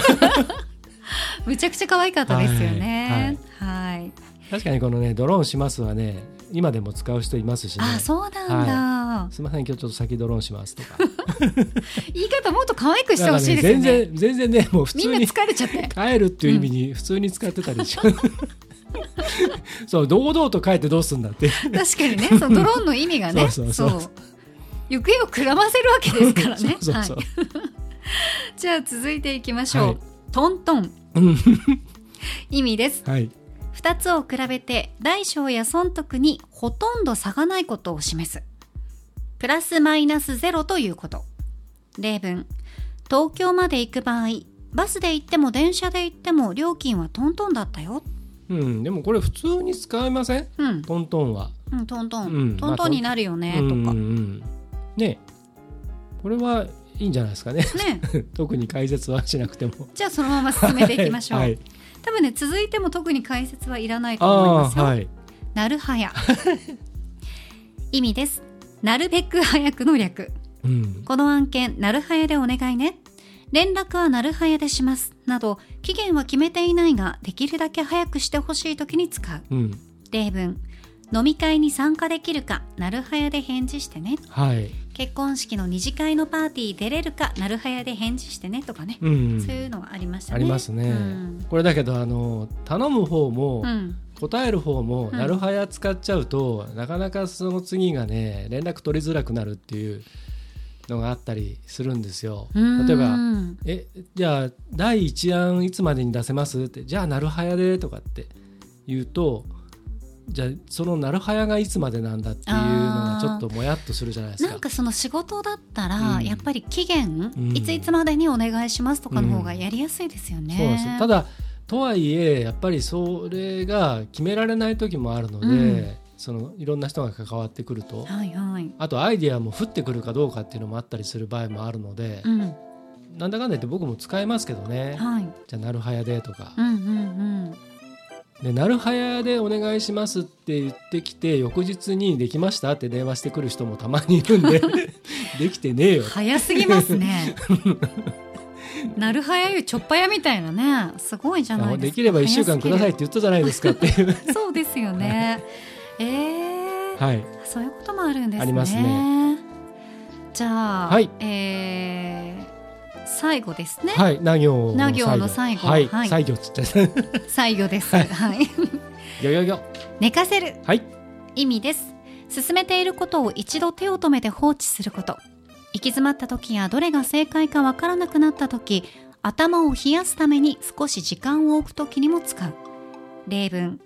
Speaker 1: むちゃくちゃ可愛かったですよねはい、
Speaker 2: 確かにこのね「ドローンします」はね今でも使う人いますしね
Speaker 1: あそうなんだ、
Speaker 2: すいません今日ちょっと先ドローンします とか
Speaker 1: 言い方もっと可愛くして
Speaker 2: な
Speaker 1: ほ
Speaker 2: んか
Speaker 1: しいで
Speaker 2: ね
Speaker 1: すよね
Speaker 2: 全然全然ねもう普
Speaker 1: みん
Speaker 2: 通
Speaker 1: な
Speaker 2: に
Speaker 1: 疲れちゃって
Speaker 2: 帰るっていう意味に普通に使ってたりし、うそう堂々と帰ってどうすんだって
Speaker 1: 確かにねそのドローンの意味がね
Speaker 2: そうそうそう
Speaker 1: そう行方をくらませるわけですからね
Speaker 2: そうそうそう、
Speaker 1: はいじゃあ続いていきましょう、
Speaker 2: はい
Speaker 1: トントン
Speaker 2: うん
Speaker 1: 意味です
Speaker 2: はい
Speaker 1: 2つを比べて大小や損得にほとんど差がないことを示すプラスマイナスゼロということ例文東京まで行く場合バスで行っても電車で行っても料金はトントンだったよ
Speaker 2: うん、でもこれ普通に使えません
Speaker 1: うん、
Speaker 2: トントンは。
Speaker 1: うん、トントン、
Speaker 2: うん
Speaker 1: トントンになるよね
Speaker 2: う
Speaker 1: と
Speaker 2: ん
Speaker 1: か、
Speaker 2: うんうん、ねこれはいいんじゃないですかね
Speaker 1: ね
Speaker 2: 特に解説はしなくても。
Speaker 1: じゃあそのまま進めていきましょう、
Speaker 2: はい、
Speaker 1: 多分ね続いても特に解説はいらないと思いま
Speaker 2: あ
Speaker 1: す
Speaker 2: あ
Speaker 1: よ、
Speaker 2: はい。
Speaker 1: なるはや意味ですなるべく早くの略
Speaker 2: うん
Speaker 1: この案件なるはやでお願いね連絡はなるはやでしますなど期限は決めていないができるだけ早くしてほしい時に使う
Speaker 2: うん
Speaker 1: 例文飲み会に参加できるかなるはやで返事してね
Speaker 2: はい。
Speaker 1: 結婚式の二次会のパーティー出れるかなるはやで返事してねとかね、
Speaker 2: うんうん
Speaker 1: そういうのはありましたね
Speaker 2: ありますね、
Speaker 1: うん
Speaker 2: これだけどあの頼む方も、
Speaker 1: うん
Speaker 2: 答える方も、
Speaker 1: うん
Speaker 2: なるはや使っちゃうとなかなかその次がね連絡取りづらくなるっていうのがあったりするんですよ。例えば
Speaker 1: うん
Speaker 2: えじゃあ第1案いつまでに出せますってじゃあなるはやでとかって言うとじゃあそのなるはやがいつまでなんだっていうのがちょっともやっとするじゃないですか。
Speaker 1: なんかその仕事だったら、
Speaker 2: うん
Speaker 1: やっぱり期限、
Speaker 2: うん
Speaker 1: いついつまでにお願いしますとかの方がやりやすいですよね。
Speaker 2: そうなんですよただとはいえやっぱりそれが決められない時もあるので、
Speaker 1: うん
Speaker 2: そのいろんな人が関わってくると
Speaker 1: はいはい。
Speaker 2: あとアイデアも降ってくるかどうかっていうのもあったりする場合もあるので
Speaker 1: う、ん、
Speaker 2: なんだかんだ言って僕も使えますけどね
Speaker 1: はい。
Speaker 2: じゃあなるはやでとか
Speaker 1: う。んうん
Speaker 2: でなるはやでお願いしますって言ってきて翌日にできましたって電話してくる 人もたまにいるんでできてねえ
Speaker 1: う
Speaker 2: よ
Speaker 1: ん。早すぎますね。なるはやゆちょっぱやみたいなねすごいじゃないですか
Speaker 2: できれば1週間くださいって言ったじゃないですかっていう
Speaker 1: そうですよね。ええー
Speaker 2: はい
Speaker 1: そういうこともあるんですね。
Speaker 2: あります
Speaker 1: じゃあ、
Speaker 2: はい
Speaker 1: えー最後ですね。
Speaker 2: はいな行
Speaker 1: な行の最後
Speaker 2: はい
Speaker 1: はい
Speaker 2: 最後っつっちゃっ
Speaker 1: 最後です。はい。
Speaker 2: たよよよ
Speaker 1: 寝かせる
Speaker 2: はい
Speaker 1: 意味です。進めていることを一度手を止めて放置すること。行き詰まった時やどれが正解かわからなくなった時、頭を冷やすために少し時間を置く時にも使う。例文。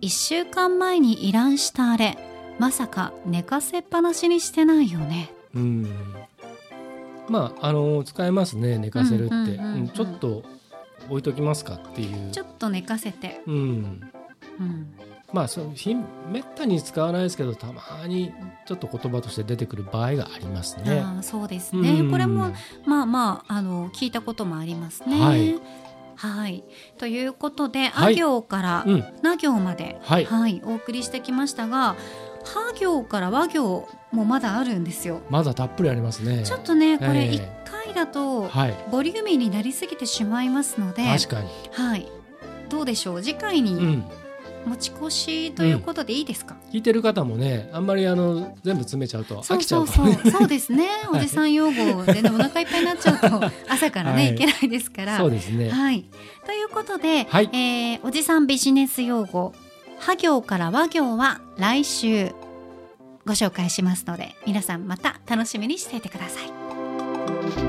Speaker 1: 一週間前に依頼したあれ、まさか寝かせっぱなしにしてないよね。
Speaker 2: うんまああの使えますね寝かせるって、
Speaker 1: う
Speaker 2: うんん
Speaker 1: うんうんうん
Speaker 2: ちょっと置いときますかっていう
Speaker 1: ちょっと寝かせて。
Speaker 2: うん
Speaker 1: うん。
Speaker 2: まあそうひめったに使わないですけどたまにちょっと言葉として出てくる場合がありますね。
Speaker 1: ああ、そうですね。
Speaker 2: うん
Speaker 1: これもまあまあ、あの、聞いたこともありますね。
Speaker 2: はい
Speaker 1: はいということで、
Speaker 2: はい
Speaker 1: あ行から
Speaker 2: うん
Speaker 1: な行まで、
Speaker 2: はい
Speaker 1: お送りしてきましたが、は行から和行もまだあるんですよ。
Speaker 2: まだたっぷりありますね。
Speaker 1: ちょっとね、これ
Speaker 2: ええ
Speaker 1: 一回だと
Speaker 2: はい
Speaker 1: ボリューミーになりすぎてしまいますので、
Speaker 2: 確かに、
Speaker 1: はい、どうでしょう。次回
Speaker 2: う
Speaker 1: に
Speaker 2: ん、
Speaker 1: 持ち越しということでいいですか。
Speaker 2: 聞いてる方もねあんまりあの全部詰めちゃうと
Speaker 1: そ
Speaker 2: 飽
Speaker 1: う
Speaker 2: きちゃ
Speaker 1: そうう
Speaker 2: か
Speaker 1: そ
Speaker 2: ら
Speaker 1: う、
Speaker 2: ね。
Speaker 1: そうですね。おじさん用語でね、お腹いっぱいになっちゃうと朝からね、
Speaker 2: はい
Speaker 1: い、けないですから。
Speaker 2: そうですね。
Speaker 1: はい、ということで、
Speaker 2: はい
Speaker 1: えーおじさんビジネス用語「は行から和行」は来週ご紹介しますので皆さんまた楽しみにしていてください。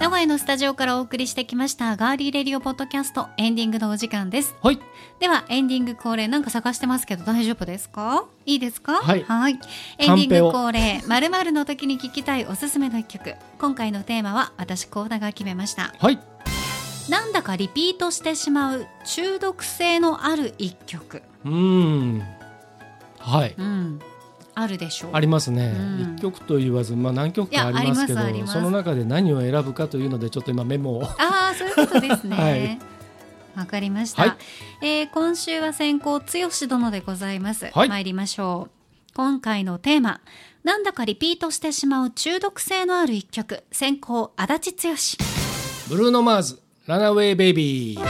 Speaker 1: 名古屋のスタジオからお送りしてきましたガーリーレディオポッドキャストエンディングのお時間です。
Speaker 2: はい
Speaker 1: ではエンディング恒例なんか探してますけど大丈夫ですかいいですか
Speaker 2: はい
Speaker 1: エンディン
Speaker 2: カンペ
Speaker 1: グ
Speaker 2: を
Speaker 1: 恒例まるまるの時に聞きたいおすすめの一曲今回のテーマは私コーダが決めました
Speaker 2: はい
Speaker 1: なんだかリピートしてしまう中毒性のある一曲
Speaker 2: うーんはい
Speaker 1: うんあるでしょう
Speaker 2: ありますね
Speaker 1: うん
Speaker 2: 一、曲と言わずまあ何曲かあ
Speaker 1: いや
Speaker 2: りますけ
Speaker 1: ありますありま
Speaker 2: ど
Speaker 1: す
Speaker 2: その中で何を選ぶかというのでちょっと今メモを
Speaker 1: ああそういうことですね。
Speaker 2: はい
Speaker 1: わかりました、
Speaker 2: はい
Speaker 1: えー今週は先行剛殿でございます、
Speaker 2: はい
Speaker 1: 参りましょう今回のテーマなんだかリピートしてしまう中毒性のある一曲先行足立剛
Speaker 2: ブルーノマーズランナウェイベイビー
Speaker 1: は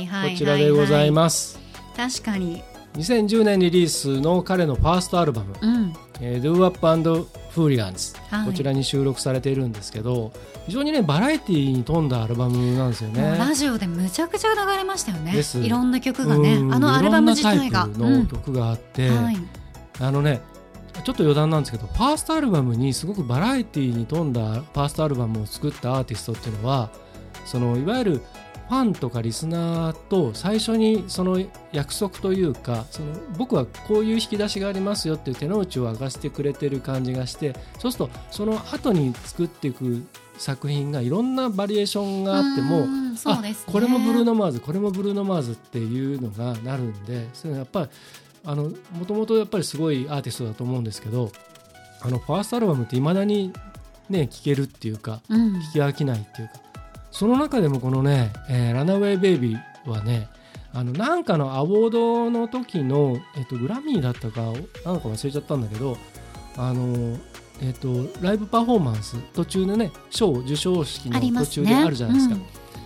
Speaker 1: いはいはい、はい、
Speaker 2: こちらでございます。
Speaker 1: す確かに
Speaker 2: 2010年リリースの彼のファーストアルバム
Speaker 1: うん
Speaker 2: 「えー Do Up and Hooligans
Speaker 1: はい」
Speaker 2: こちらに収録されているんですけど非常にねバラエティに富んだアルバムなんですよ
Speaker 1: もうラ
Speaker 2: ね。
Speaker 1: ジオでむちゃくちゃ流れましたよね
Speaker 2: です
Speaker 1: いろんな曲がね
Speaker 2: うん
Speaker 1: あのアルバム自体が
Speaker 2: いろんなタイプの曲があって、
Speaker 1: うんはい、
Speaker 2: あのねちょっと余談なんですけどファーストアルバムにすごくバラエティに富んだファーストアルバムを作ったアーティストっていうのはそのいわゆるファンとかリスナーと最初にその約束というかその僕はこういう引き出しがありますよっていう手の内を明かしてくれてる感じがしてそうするとその後に作っていく作品がいろんなバリエーションがあっても
Speaker 1: うんそうです、
Speaker 2: あ
Speaker 1: ね、
Speaker 2: これもブルーノ・マーズこれもブルーノ・マーズっていうのがなるんでそれやっぱりあのもともとやっぱりすごいアーティストだと思うんですけどあのファーストアルバムっていまだにね聴けるっていうか
Speaker 1: うん
Speaker 2: 聞き飽きないっていうかその中でもこのね「えーランナウェイ・ベイビー」はねあのなんかのアワードの時の、えっと、グラミーだったかなんか忘れちゃったんだけどあのえっとライブパフォーマンス途中でね賞授賞式
Speaker 1: あり
Speaker 2: の
Speaker 1: ま
Speaker 2: 途
Speaker 1: す
Speaker 2: 中
Speaker 1: ね
Speaker 2: であるじゃないですか
Speaker 1: うん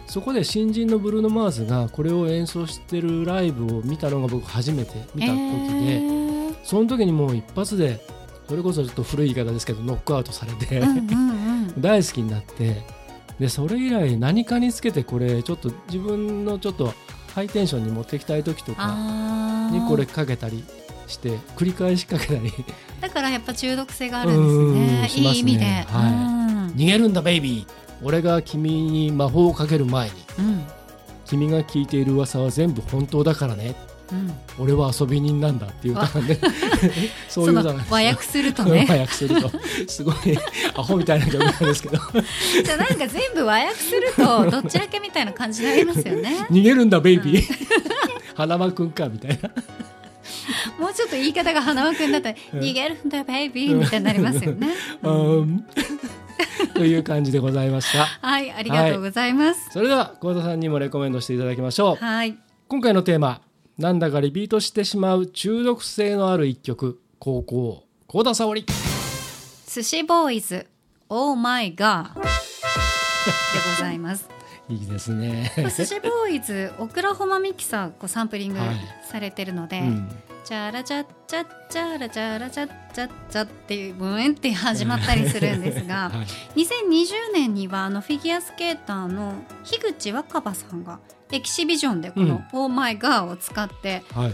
Speaker 2: そこで新人のブルーノ・マーズがこれを演奏してるライブを見たのが僕初めて見た時で、
Speaker 1: えー
Speaker 2: その時にもう一発でそれこそちょっと古い言い方ですけどノックアウトされて、
Speaker 1: うん うんうん
Speaker 2: 大好きになってでそれ以来何かにつけてこれちょっと自分のちょっとハイテンションに持ってきたい時とか
Speaker 1: あ
Speaker 2: に
Speaker 1: ー
Speaker 2: これかけたりして繰り返しかけたり
Speaker 1: だからやっぱ中毒性があるんです
Speaker 2: う
Speaker 1: ね
Speaker 2: んしま
Speaker 1: いい
Speaker 2: すね
Speaker 1: 意味で、
Speaker 2: は逃げるんだベイビー俺が君に魔法をかける前に
Speaker 1: うんうん
Speaker 2: 君が聞いている噂は全部本当だからね
Speaker 1: うん
Speaker 2: 俺は遊び人なんだっていう
Speaker 1: わ
Speaker 2: 感じで そ
Speaker 1: そう
Speaker 2: いう
Speaker 1: の
Speaker 2: 歌なんです
Speaker 1: 和訳すると
Speaker 2: 和
Speaker 1: ね
Speaker 2: 訳するとすごいアホみたいな曲なんです けど
Speaker 1: じゃあなんか全部和訳するとどっちらけみたいな感じになりますよね
Speaker 2: 逃げるんだベイビー花輪くんかみたいな
Speaker 1: もうちょっと言い方が花輪君だったら「逃げるんだベイビー」みたいになりますよね。
Speaker 2: うん という感じでございました。
Speaker 1: はいありがとうございます。
Speaker 2: それでは幸田さんにもレコメンドしていただきましょう。
Speaker 1: はい、
Speaker 2: 今回のテーマなんだかリピートしてしまう中毒性のある一曲「高校」幸田沙織
Speaker 1: 寿司ボーイズ「オーマイガー」でございます。
Speaker 2: いいですね、
Speaker 1: これ寿司ボーイズオクラホマミキサーこうサンプリング
Speaker 2: はい
Speaker 1: されてるので。
Speaker 2: うん、
Speaker 1: チャラチャッチャッチャラチャラチャッチャッチャっていうブーンって始まったりするんですが、
Speaker 2: は い
Speaker 1: 2020年にはあのフィギュアスケーターの樋口若葉さんがエキシビジョンでこ
Speaker 2: う
Speaker 1: の
Speaker 2: ん
Speaker 1: 「オーマイガー」を使って
Speaker 2: はい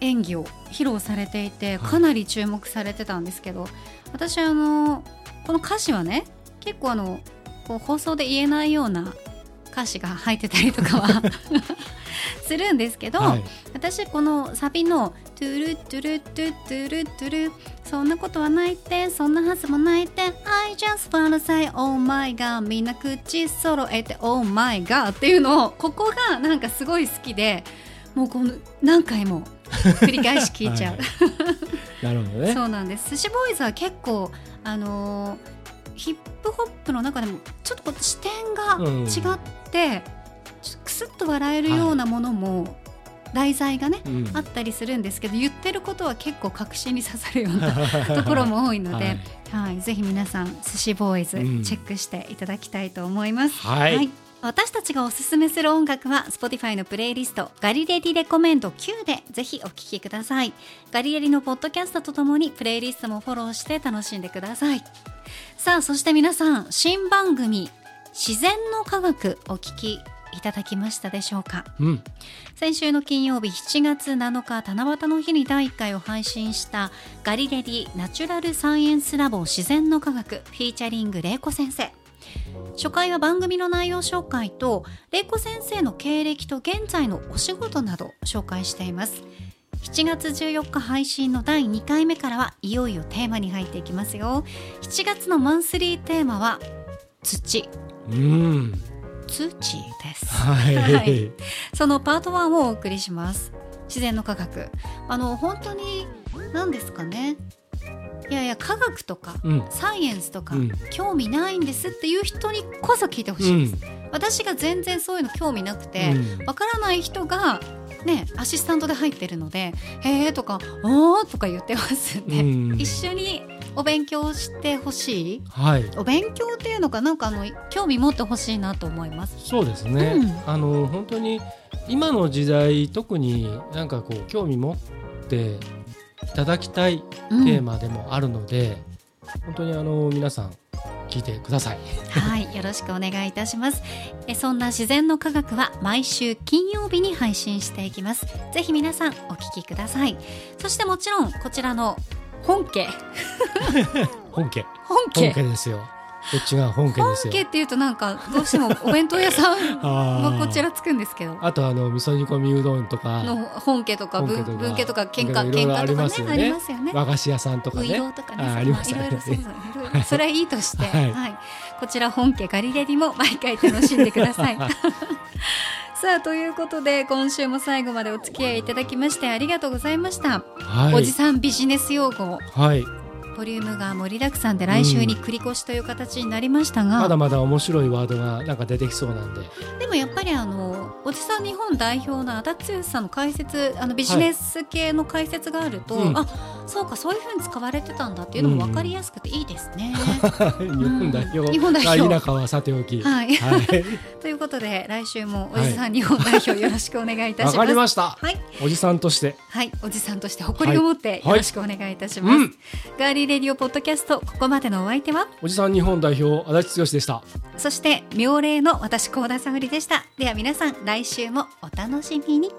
Speaker 1: 演技を披露されていて
Speaker 2: はい
Speaker 1: かなり注目されてたんですけど私あのこの歌詞はね結構あのこう放送で言えないような歌詞が入ってたりとかは するんですけど、
Speaker 2: はい
Speaker 1: 私このサビの「トゥルトゥルトゥトゥルトゥル」そんなことはないってそんなはずもないって I just wanna say oh my god みんな口揃えて oh my god っていうのをここがなんかすごい好きでもうこの何回も繰り返し聞いちゃう
Speaker 2: は、いなるほどね
Speaker 1: そうなんです寿司ボーイズは結構あのーヒップホップの中でもちょっとこう視点が
Speaker 2: うん
Speaker 1: 違って、ちょっとクスッと笑えるようなものも、題材がね
Speaker 2: うん
Speaker 1: あったりするんですけど言ってることは結構確信に刺さるよう なところも多いので、
Speaker 2: は
Speaker 1: はいいぜひ皆さん寿司ボーイズ
Speaker 2: うん
Speaker 1: チェックしていただきたいと思います。
Speaker 2: はい
Speaker 1: 私たちがおすすめする音楽は Spotify のプレイリスト「ガリレディレコメンド Q」でぜひお聴きくださいガリレディのポッドキャストとともにプレイリストもフォローして楽しんでくださいさあそして皆さん新番組「自然の科学」お聴きいただきましたでしょうか
Speaker 2: うん
Speaker 1: 先週の金曜日7月7日七夕の日に第1回を配信したガリレディナチュラルサイエンスラボ自然の科学フィーチャリング玲子先生初回は番組の内容紹介と玲子先生の経歴と現在のお仕事など紹介しています7月14日配信の第2回目からはいよいよテーマに入っていきますよ7月のマンスリーテーマは土
Speaker 2: うん
Speaker 1: 土です
Speaker 2: はい、
Speaker 1: はいそのパート1をお送りします自然の科学あの本当に何ですかねいやいや科学とか
Speaker 2: うん
Speaker 1: サイエンスとか、
Speaker 2: うん
Speaker 1: 興味ないんですっていう人にこそ聞いてほしいです、私が全然そういうの興味なくて、
Speaker 2: うん
Speaker 1: わからない人がねアシスタントで入ってるので「へえ」とか「おー」とか言ってますんで、
Speaker 2: うん
Speaker 1: 一緒にお勉強してほしい
Speaker 2: はい
Speaker 1: お勉強っていうのかなんかあの興味持ってほしいなと思います。
Speaker 2: そうですね、
Speaker 1: うん
Speaker 2: あの本当に今の時代特になんかこう興味持っていただきたい
Speaker 1: うん
Speaker 2: テーマでもあるので、本当にあの皆さん聞いてください。
Speaker 1: はい、よろしくお願いいたします。えそんな自然の科学は毎週金曜日に配信していきます。ぜひ皆さんお聞きください。そしてもちろんこちらの本家、
Speaker 2: 本家
Speaker 1: 本
Speaker 2: 本
Speaker 1: 家、
Speaker 2: 家ですよ。こっちが本家です
Speaker 1: 本
Speaker 2: よ。
Speaker 1: 家っていうとなんかどうしてもお弁当屋さん
Speaker 2: あー
Speaker 1: がこちらつくんですけど。
Speaker 2: あとあの味噌煮込みうどんとか
Speaker 1: の本家とか
Speaker 2: 本家
Speaker 1: 文
Speaker 2: とか
Speaker 1: 文家とか喧
Speaker 2: なん
Speaker 1: 嘩
Speaker 2: かいろ
Speaker 1: 喧
Speaker 2: いろ
Speaker 1: 嘩とかね
Speaker 2: ありますよね
Speaker 1: ありますよね。
Speaker 2: 和菓子屋さんとか
Speaker 1: ウ
Speaker 2: ね
Speaker 1: イロとかね、
Speaker 2: あ
Speaker 1: そ
Speaker 2: あ
Speaker 1: う
Speaker 2: りまし
Speaker 1: い
Speaker 2: た
Speaker 1: ろい
Speaker 2: ね
Speaker 1: ろ そうそういろいろそれはいいとして、
Speaker 2: は
Speaker 1: はいい、こちら本家ガリレディも毎回楽しんでください。 さあということで今週も最後までお付き合いいただきましてありがとうございました。
Speaker 2: はい
Speaker 1: おじさんビジネス用語
Speaker 2: はい
Speaker 1: ボリュームが盛りだくさんで来週に繰り越しという形になりましたが、
Speaker 2: まだまだ面白いワードがなんか出てきそうなんで
Speaker 1: でもやっぱりあのおじさん日本代表の足立剛さんの解説あのビジネス系の解説があると、
Speaker 2: はいうん
Speaker 1: あそうかそういうふうに使われてたんだっていうのも分かりやすくていいです ね。
Speaker 2: 日本代表
Speaker 1: 日本代表
Speaker 2: が田舎はさておき
Speaker 1: はい
Speaker 2: はい
Speaker 1: ということで来週もおじさん日本代表よろしくお願いいた
Speaker 2: わ
Speaker 1: しま
Speaker 2: か
Speaker 1: す。
Speaker 2: りました
Speaker 1: はい、
Speaker 2: おじさんとして
Speaker 1: はい、おじさんとして誇りを持って
Speaker 2: はい
Speaker 1: よろしくお願いいたします。
Speaker 2: はいうん
Speaker 1: ガーリーレディオポッドキャストここまでのお相手は
Speaker 2: おじさん日本代表足立剛でした
Speaker 1: そして妙齢の私高田沙織でした。では皆さん来週もお楽しみに。